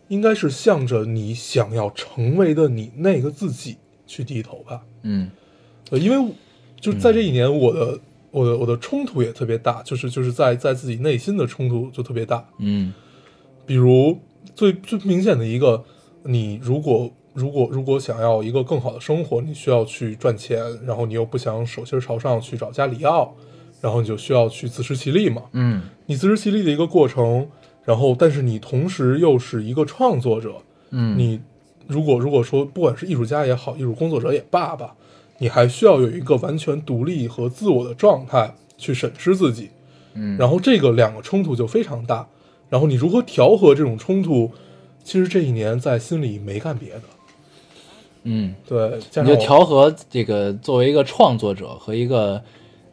应该是向着你想要成为的你那个自己去低头吧。嗯呃，因为我就是在这一年，我的、我的我的冲突也特别大，就是就是在在自己内心的冲突就特别大。嗯比如最最明显的一个，你如果如果如果想要一个更好的生活，你需要去赚钱，然后你又不想手心朝上去找家里要，然后你就需要去自食其力嘛。嗯你自食其力的一个过程，然后但是你同时又是一个创作者，嗯，你如果如果说不管是艺术家也好，艺术工作者也罢吧，你还需要有一个完全独立和自我的状态去审视自己，嗯然后这个两个冲突就非常大，然后你如何调和这种冲突，其实这一年在心里没干别的，嗯，对，加你上就我调和这个作为一个创作者和一个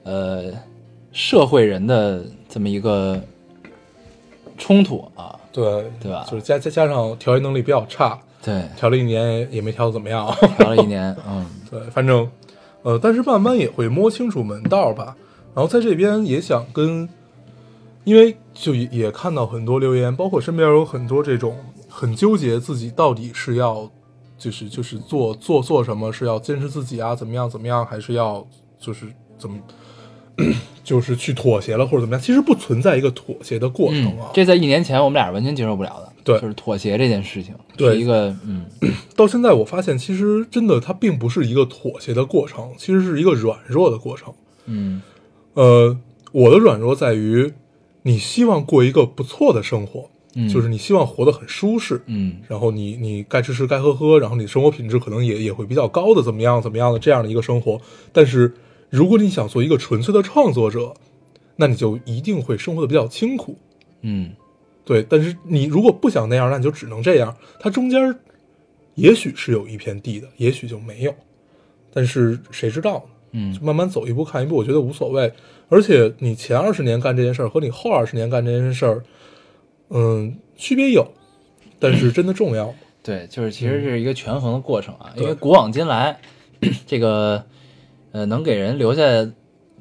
呃社会人的这么一个冲突啊，对对吧就是加加加上调节能力比较差， 对，调了一年也也没调得怎么 样。聊了一年， 嗯对，反正，呃，但是慢慢也会摸清楚门道吧。然后在这边也想跟，因为就也也看到很多留言，包括身边有很多这种很纠结自己到底是要，就是就是做做做什么，是要坚持自己啊，怎么样怎么样，还是要就是怎么， 就是去妥协了或者怎么样。其实不存在一个妥协的过程嗯啊，，这在一年前我们俩是完全接受不了的。对就是妥协这件事情，对是一个嗯，到现在我发现，其实真的它并不是一个妥协的过程，其实是一个软弱的过程。嗯呃，我的软弱在于，你希望过一个不错的生活，嗯就是你希望活得很舒适，嗯然后你你该吃吃该喝喝，然后你生活品质可能也也会比较高的，怎么样怎么样的这样的一个生活。但是如果你想做一个纯粹的创作者，那你就一定会生活的比较清苦，嗯对。但是你如果不想那样，那你就只能这样。它中间儿也许是有一片地的，也许就没有，但是谁知道呢？嗯就慢慢走一步看一步，我觉得无所谓。而且你前二十年干这件事儿和你后二十年干这件事儿，嗯，区别有，但是真的重要吗？对，就是其实是一个权衡的过程啊，嗯对因为古往今来， 这个呃能给人留下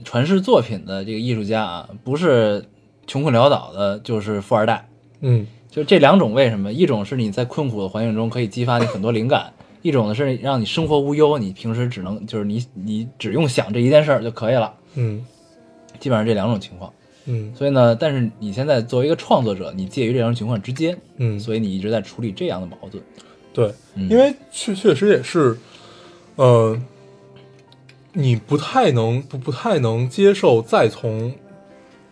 传世作品的这个艺术家啊，不是穷困潦倒的，就是富二代。嗯，就这两种为什么？一种是你在困苦的环境中可以激发你很多灵感，一种呢是让你生活无忧，你平时只能就是你你只用想这一件事儿就可以了，嗯基本上这两种情况。嗯所以呢，但是你现在作为一个创作者，你介于这两种情况之间，嗯，所以你一直在处理这样的矛盾。对，嗯因为确确实也是，呃，你不太能不不太能接受再从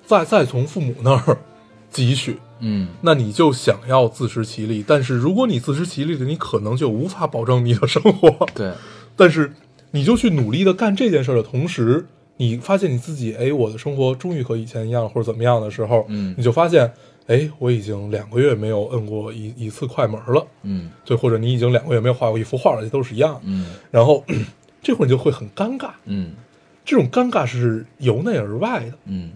再再从父母那儿 汲取，嗯那你就想要自食其力。但是如果你自食其力了，你可能就无法保证你的生活。对，但是你就去努力的干这件事儿的同时，你发现你自己，哎，我的生活终于和以前一样，或者怎么样的时候，嗯你就发现，哎，我已经两个月没有摁过一一次快门了，嗯对，或者你已经两个月没有画过一幅画了，这都是一样的。嗯然后 这会儿你就会很尴尬，嗯这种尴尬是由内而外的。嗯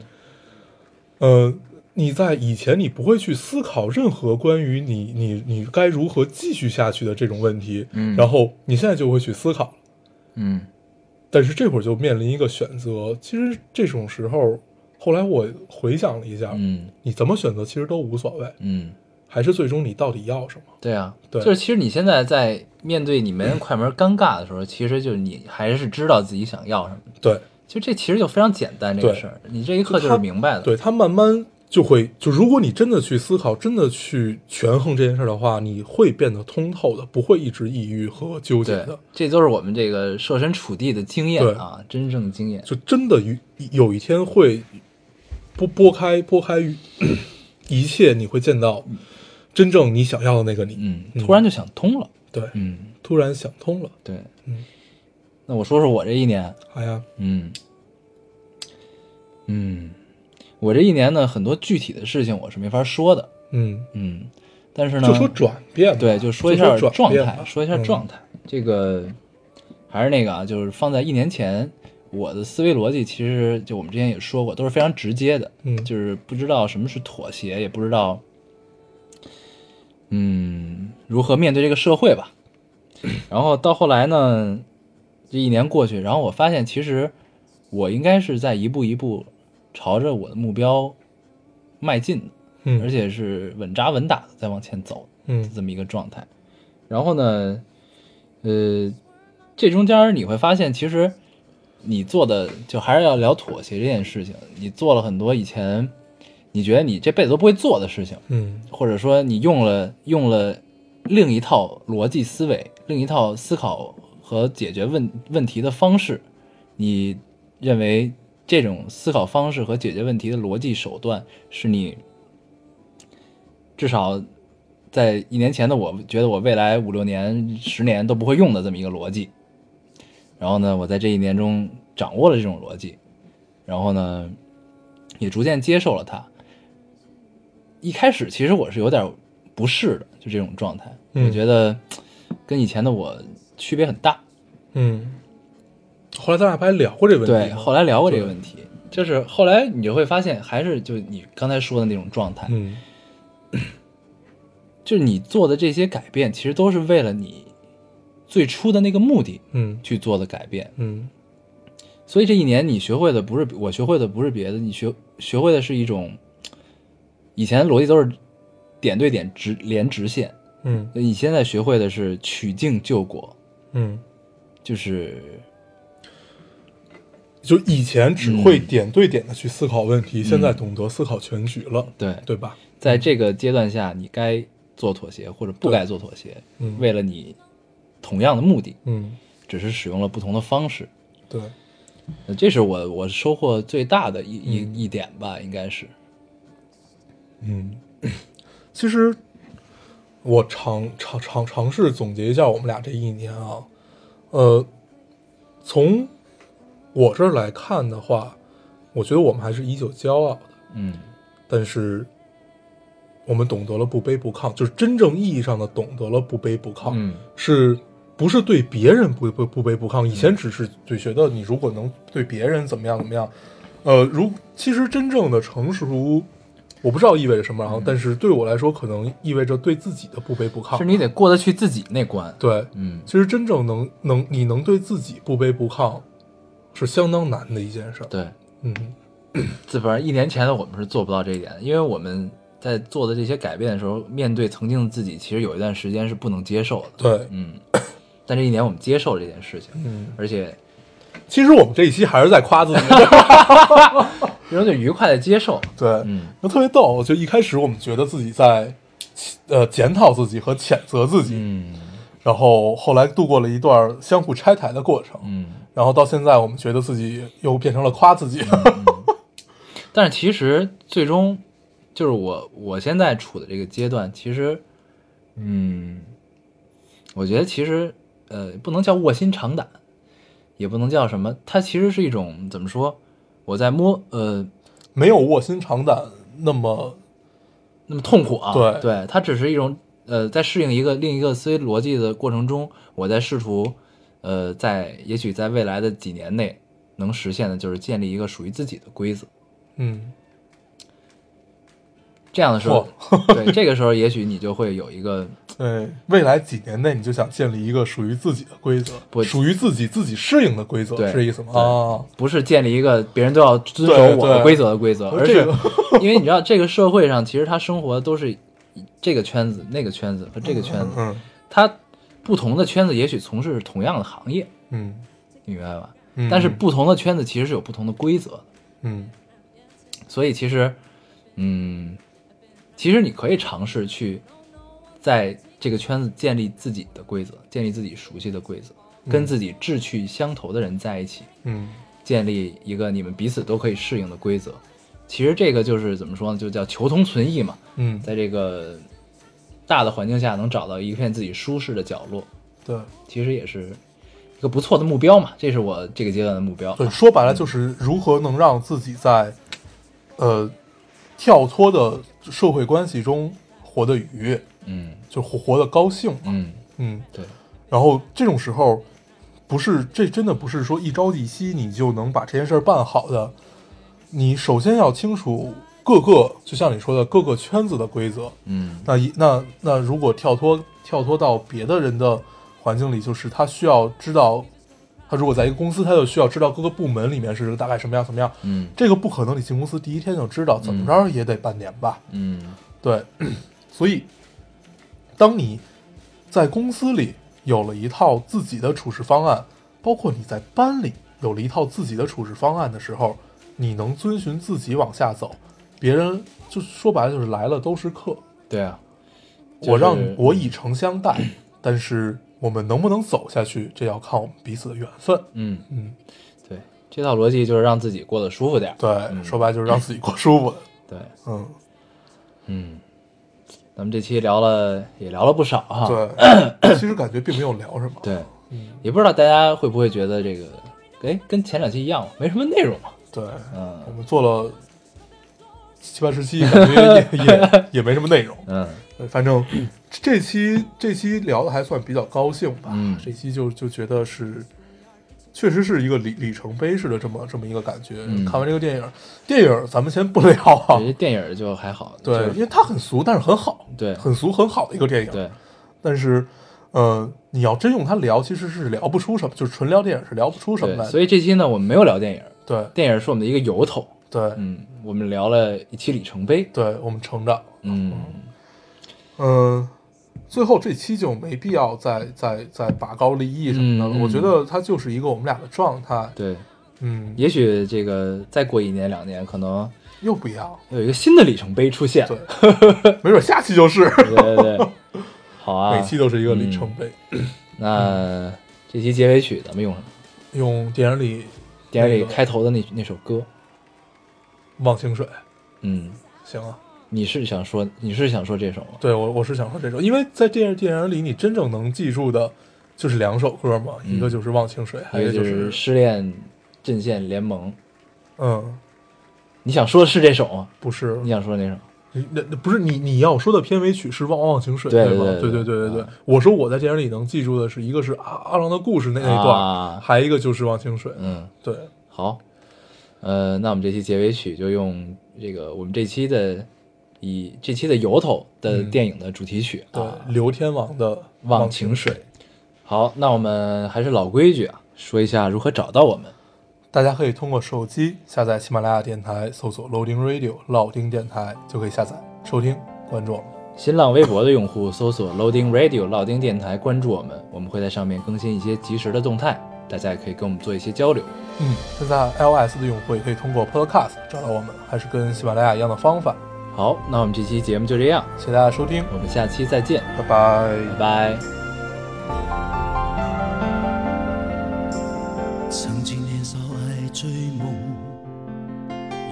呃，你在以前你不会去思考任何关于你你你该如何继续下去的这种问题，嗯然后你现在就会去思考了。嗯但是这会儿就面临一个选择。其实这种时候，后来我回想了一下，嗯你怎么选择其实都无所谓，嗯，还是最终你到底要什么？对啊，对就是其实你现在在面对你没人快门尴尬的时候，其实就是你还是知道自己想要什么的。对，就这其实就非常简单这个对事儿，你这一刻就是明白的。对他慢慢就会，就如果你真的去思考，真的去权衡这件事儿的话，你会变得通透的，不会一直抑郁和纠结对的。这都是我们这个设身处地的经验啊，真正的经验。就真的有有一天会拨拨开拨开一切，你会见到真正你想要的那个你。嗯，突然就想通了。对，嗯，突然想通了。对。嗯，那我说说我这一年，哎呀，嗯，嗯，我这一年呢，很多具体的事情我是没法说的。嗯，嗯，但是呢，就说转变吧，对，就说一下转状变态吧，，嗯说一下状态。这个还是那个啊，就是放在一年前，我的思维逻辑其实就我们之前也说过，都是非常直接的，嗯就是不知道什么是妥协，也不知道，嗯，如何面对这个社会吧。然后到后来呢，这一年过去，然后我发现其实我应该是在一步一步朝着我的目标迈进的，嗯，而且是稳扎稳打的在往前走的嗯这么一个状态。然后呢，呃，这中间儿你会发现，其实你做的就还是要聊妥协这件事情。你做了很多以前你觉得你这辈子都不会做的事情，嗯或者说你用了用了另一套逻辑思维、另一套思考和解决问问题的方式，你认为这种思考方式和解决问题的逻辑手段是你至少在一年前的我觉得我未来五六年、十年都不会用的这么一个逻辑。然后呢，我在这一年中掌握了这种逻辑，然后呢，也逐渐接受了它。一开始其实我是有点不适的，就这种状态，嗯我觉得跟以前的我区别很大。嗯。后来咱俩不还聊过这问题吗？对，后来聊过这个问题，就是后来你就会发现，还是就你刚才说的那种状态，嗯就是你做的这些改变，其实都是为了你最初的那个目的嗯去做的改变。嗯所以这一年你学会的不是我学会的不是别的，你学学会的是一种以前的逻辑都是点对点直连直线，嗯你现在学会的是曲径救国，嗯，就是就以前只会嗯点对点的去思考问题，现在懂得思考全局了，对对吧？在这个阶段下，你该做妥协或者不该做妥协，嗯为了你同样的目的，嗯，只是使用了不同的方式。对，那这是我我收获最大的一一、一点吧，应该是，嗯，其实我尝尝尝尝试总结一下我们俩这一年啊，呃，从我这儿来看的话，我觉得我们还是依旧骄傲的，嗯但是我们懂得了不卑不亢，就是真正意义上的懂得了不卑不亢，嗯是不是对别人不不不卑不亢？以前只是就觉得你如果能对别人怎么样怎么样，呃，如其实真正的成熟，我不知道意味着什么，嗯然后、但是对我来说，可能意味着对自己的不卑不亢是。你得过得去自己那关。对，嗯其实真正能能你能对自己不卑不亢，是相当难的一件事儿。对，嗯自反正一年前的我们是做不到这一点的，因为我们在做的这些改变的时候，面对曾经的自己，其实有一段时间是不能接受的。对，嗯， 但这一年我们接受了这件事情，嗯，而且其实我们这一期还是在夸自己。这种就愉快的接受。对，嗯那特别逗。就一开始我们觉得自己在，呃，检讨自己和谴责自己，嗯然后后来度过了一段相互拆台的过程，嗯，然后到现在我们觉得自己又变成了夸自己，嗯但是其实最终就是我我现在处的这个阶段，其实嗯，我觉得其实呃不能叫卧薪尝胆，也不能叫什么，它其实是一种怎么说？我在摸呃 没有卧薪尝胆那么那么痛苦啊。对它只是一种呃，在适应一个另一个思维逻辑的过程中，我在试图呃，在也许在未来的几年内能实现的就是建立一个属于自己的规则。嗯这样的时候，对这个时候，也许你就会有一个对呃未来几年内你就想建立一个属于自己的规不则，属于自己自己适应的规则对是这意思吗？对啊，不是建立一个别人都要遵对守我的对规则的规则，而而这是个 因为你知道这个社会上其实他生活都是这个圈子、那个圈子和 这个圈子，嗯他不同的圈子也许从事同样的行业，嗯你明白吧？嗯，但是不同的圈子其实是有不同的规则的，嗯所以其实，嗯，其实你可以尝试去在这个圈子建立自己的规则，建立自己熟悉的规则，跟自己志趣相投的人在一起，嗯建立一个你们彼此都可以适应的规则。其实这个就是怎么说呢，就叫求同存异嘛，嗯，在这个大的环境下能找到一片自己舒适的角落，对其实也是一个不错的目标嘛。这是我这个阶段的目标啊。对，呃说白了就是如何能让自己在呃跳脱的社会关系中活得愉悦，嗯就活活得高兴嘛，嗯，嗯。对。然后这种时候，不是这真的不是说一朝一夕你就能把这件事儿办好的。你首先要清楚各个，就像你说的各个圈子的规则。嗯那一那那如果跳脱跳脱到别的人的环境里，就是他需要知道，他如果在一个公司，他就需要知道各个部门里面是大概什么样什么样。嗯这个不可能，你进公司第一天就知道，怎么着也得半年吧。嗯对，所以当你在公司里有了一套自己的处事方案，包括你在班里有了一套自己的处事方案的时候，你能遵循自己往下走，别人就说白了就是来了都是客，，对啊，我让就是我以诚相待， 但是我们能不能走下去，这要看我们彼此的缘分。嗯嗯，对，这套逻辑就是让自己过得舒服点儿。对，说白了就是让自己过舒服的。对，嗯，嗯，咱们这期聊了也聊了不少哈。 对，嗯其实感觉并没有聊什么。对也不知道大家会不会觉得这个，哎，跟前两期一样，没什么内容啊。对，我嗯们做了七八十期，感觉也也也没什么内容。嗯对反正这期这期聊的还算比较高兴吧。嗯这期就就觉得是，确实是一个里里程碑式的这么这么一个感觉。嗯看完这个电影，电影咱们先不聊啊有。些电影儿就还好。对，就因是为它很俗，但是很好，对很俗很好的一个电影。对但是，呃，你要真用它聊，其实是聊不出什么，就是纯聊电影是聊不出什么对，来所的。以这期呢，我们没有聊电影儿，对电影儿是我们的一个由头。对嗯，我们聊了一期里程碑。对，我们成长。嗯，哦嗯，最后这期就没必要再再再拔高立意什么的了。嗯嗯我觉得它就是一个我们俩的状态。对，嗯，也许这个再过一年两年，可能又不一样了。有一个新的里程碑出现。对没准下期就是。对对 对，好啊。每期都是一个里程碑。那这期结尾曲咱们用什么？用电影里电影那里个开头的那那首歌。忘情水，嗯，行啊。你是想说你是想说这首吗？对我我是想说这首，因为在电影电影里，你真正能记住的就是两首歌嘛，一个就是《忘情水》，还嗯一有个一个就就是是失恋阵线联盟。嗯，你想说的是这首吗？不是你，想说的那首？你那那不是你你要说的片尾曲是《忘忘情水》对吗？对对对对对对啊我说我在电影里能记住的是一个是阿阿郎的故事那那一啊段，还一个就是《忘情水》。嗯，对，好，呃，那我们这期结尾曲就用这个我们这期的以这期的由头的嗯电影的主题曲啊。对，刘天王的《忘忘情水水》，好，那我们还是老规矩啊，说一下如何找到我们。大家可以通过手机下载喜马拉雅电台，搜索 Loading Radio 老丁电台就可以下载收听关注我们。新浪微博的用户搜索 Loading Radio 老丁电台，关注我们，我们会在上面更新一些及时的动态，大家也可以跟我们做一些交流。嗯，现在 iOS 的用户也可以通过 Podcast 找到我们，还是跟喜马拉雅一样的方法。好，那我们这期节目就这样，谢谢大家收听，我们下期再见，拜拜拜拜。曾经年少爱追梦，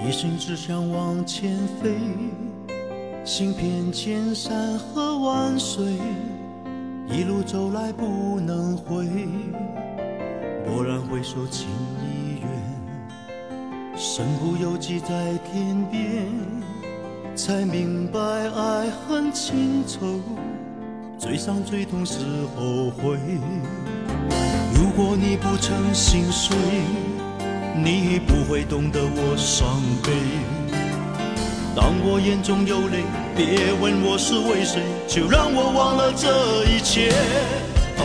一心只想往前飞，行遍千山和万水，一路走来不能回。蓦然回首，情已远，身不由己在天边，才明白爱恨情仇，最伤最痛是后悔。如果你不曾心碎，你不会懂得我伤悲。当我眼中有泪，别问我是为谁，就让我忘了这一切。啊，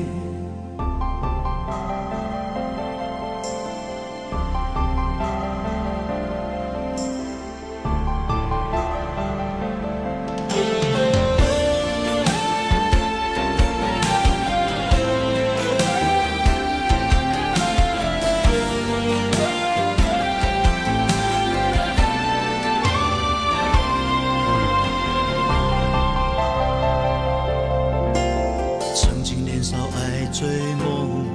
曾经年少爱追梦，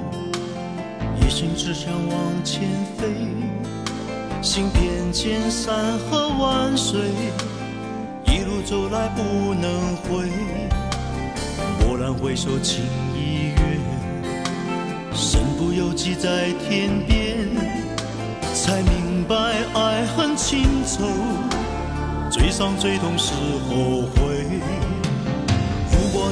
一心只想往前飞，行遍千山和万水，一路走来不能回。蓦然回首，情已远，身不由己在天边，才明白爱恨情仇，最伤最痛是后悔。如果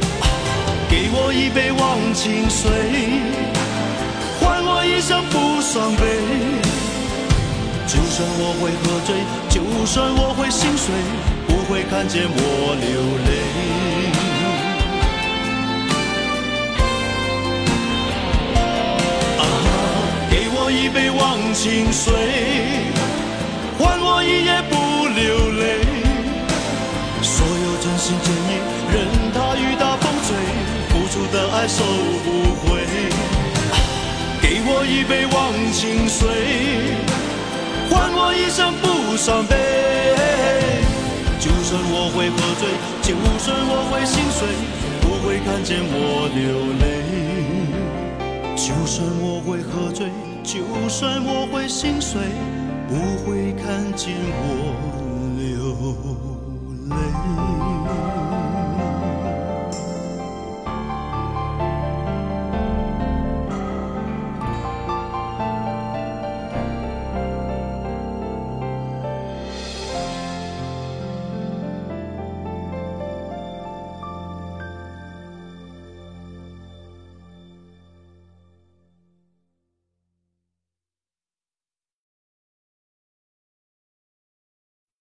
给我一杯忘情水，换我一生不伤悲。就算我会喝醉，就算我会心碎，不会看见我流泪。给我一杯忘情水，换我一夜不流泪。所有真心真意，任它雨打风吹，付出的爱收不回。给我一杯忘情水，换我一生不伤悲。就算我会喝醉，就算我会心碎，不会看见我流泪。就算我会喝醉，就算我会心碎，不会看见我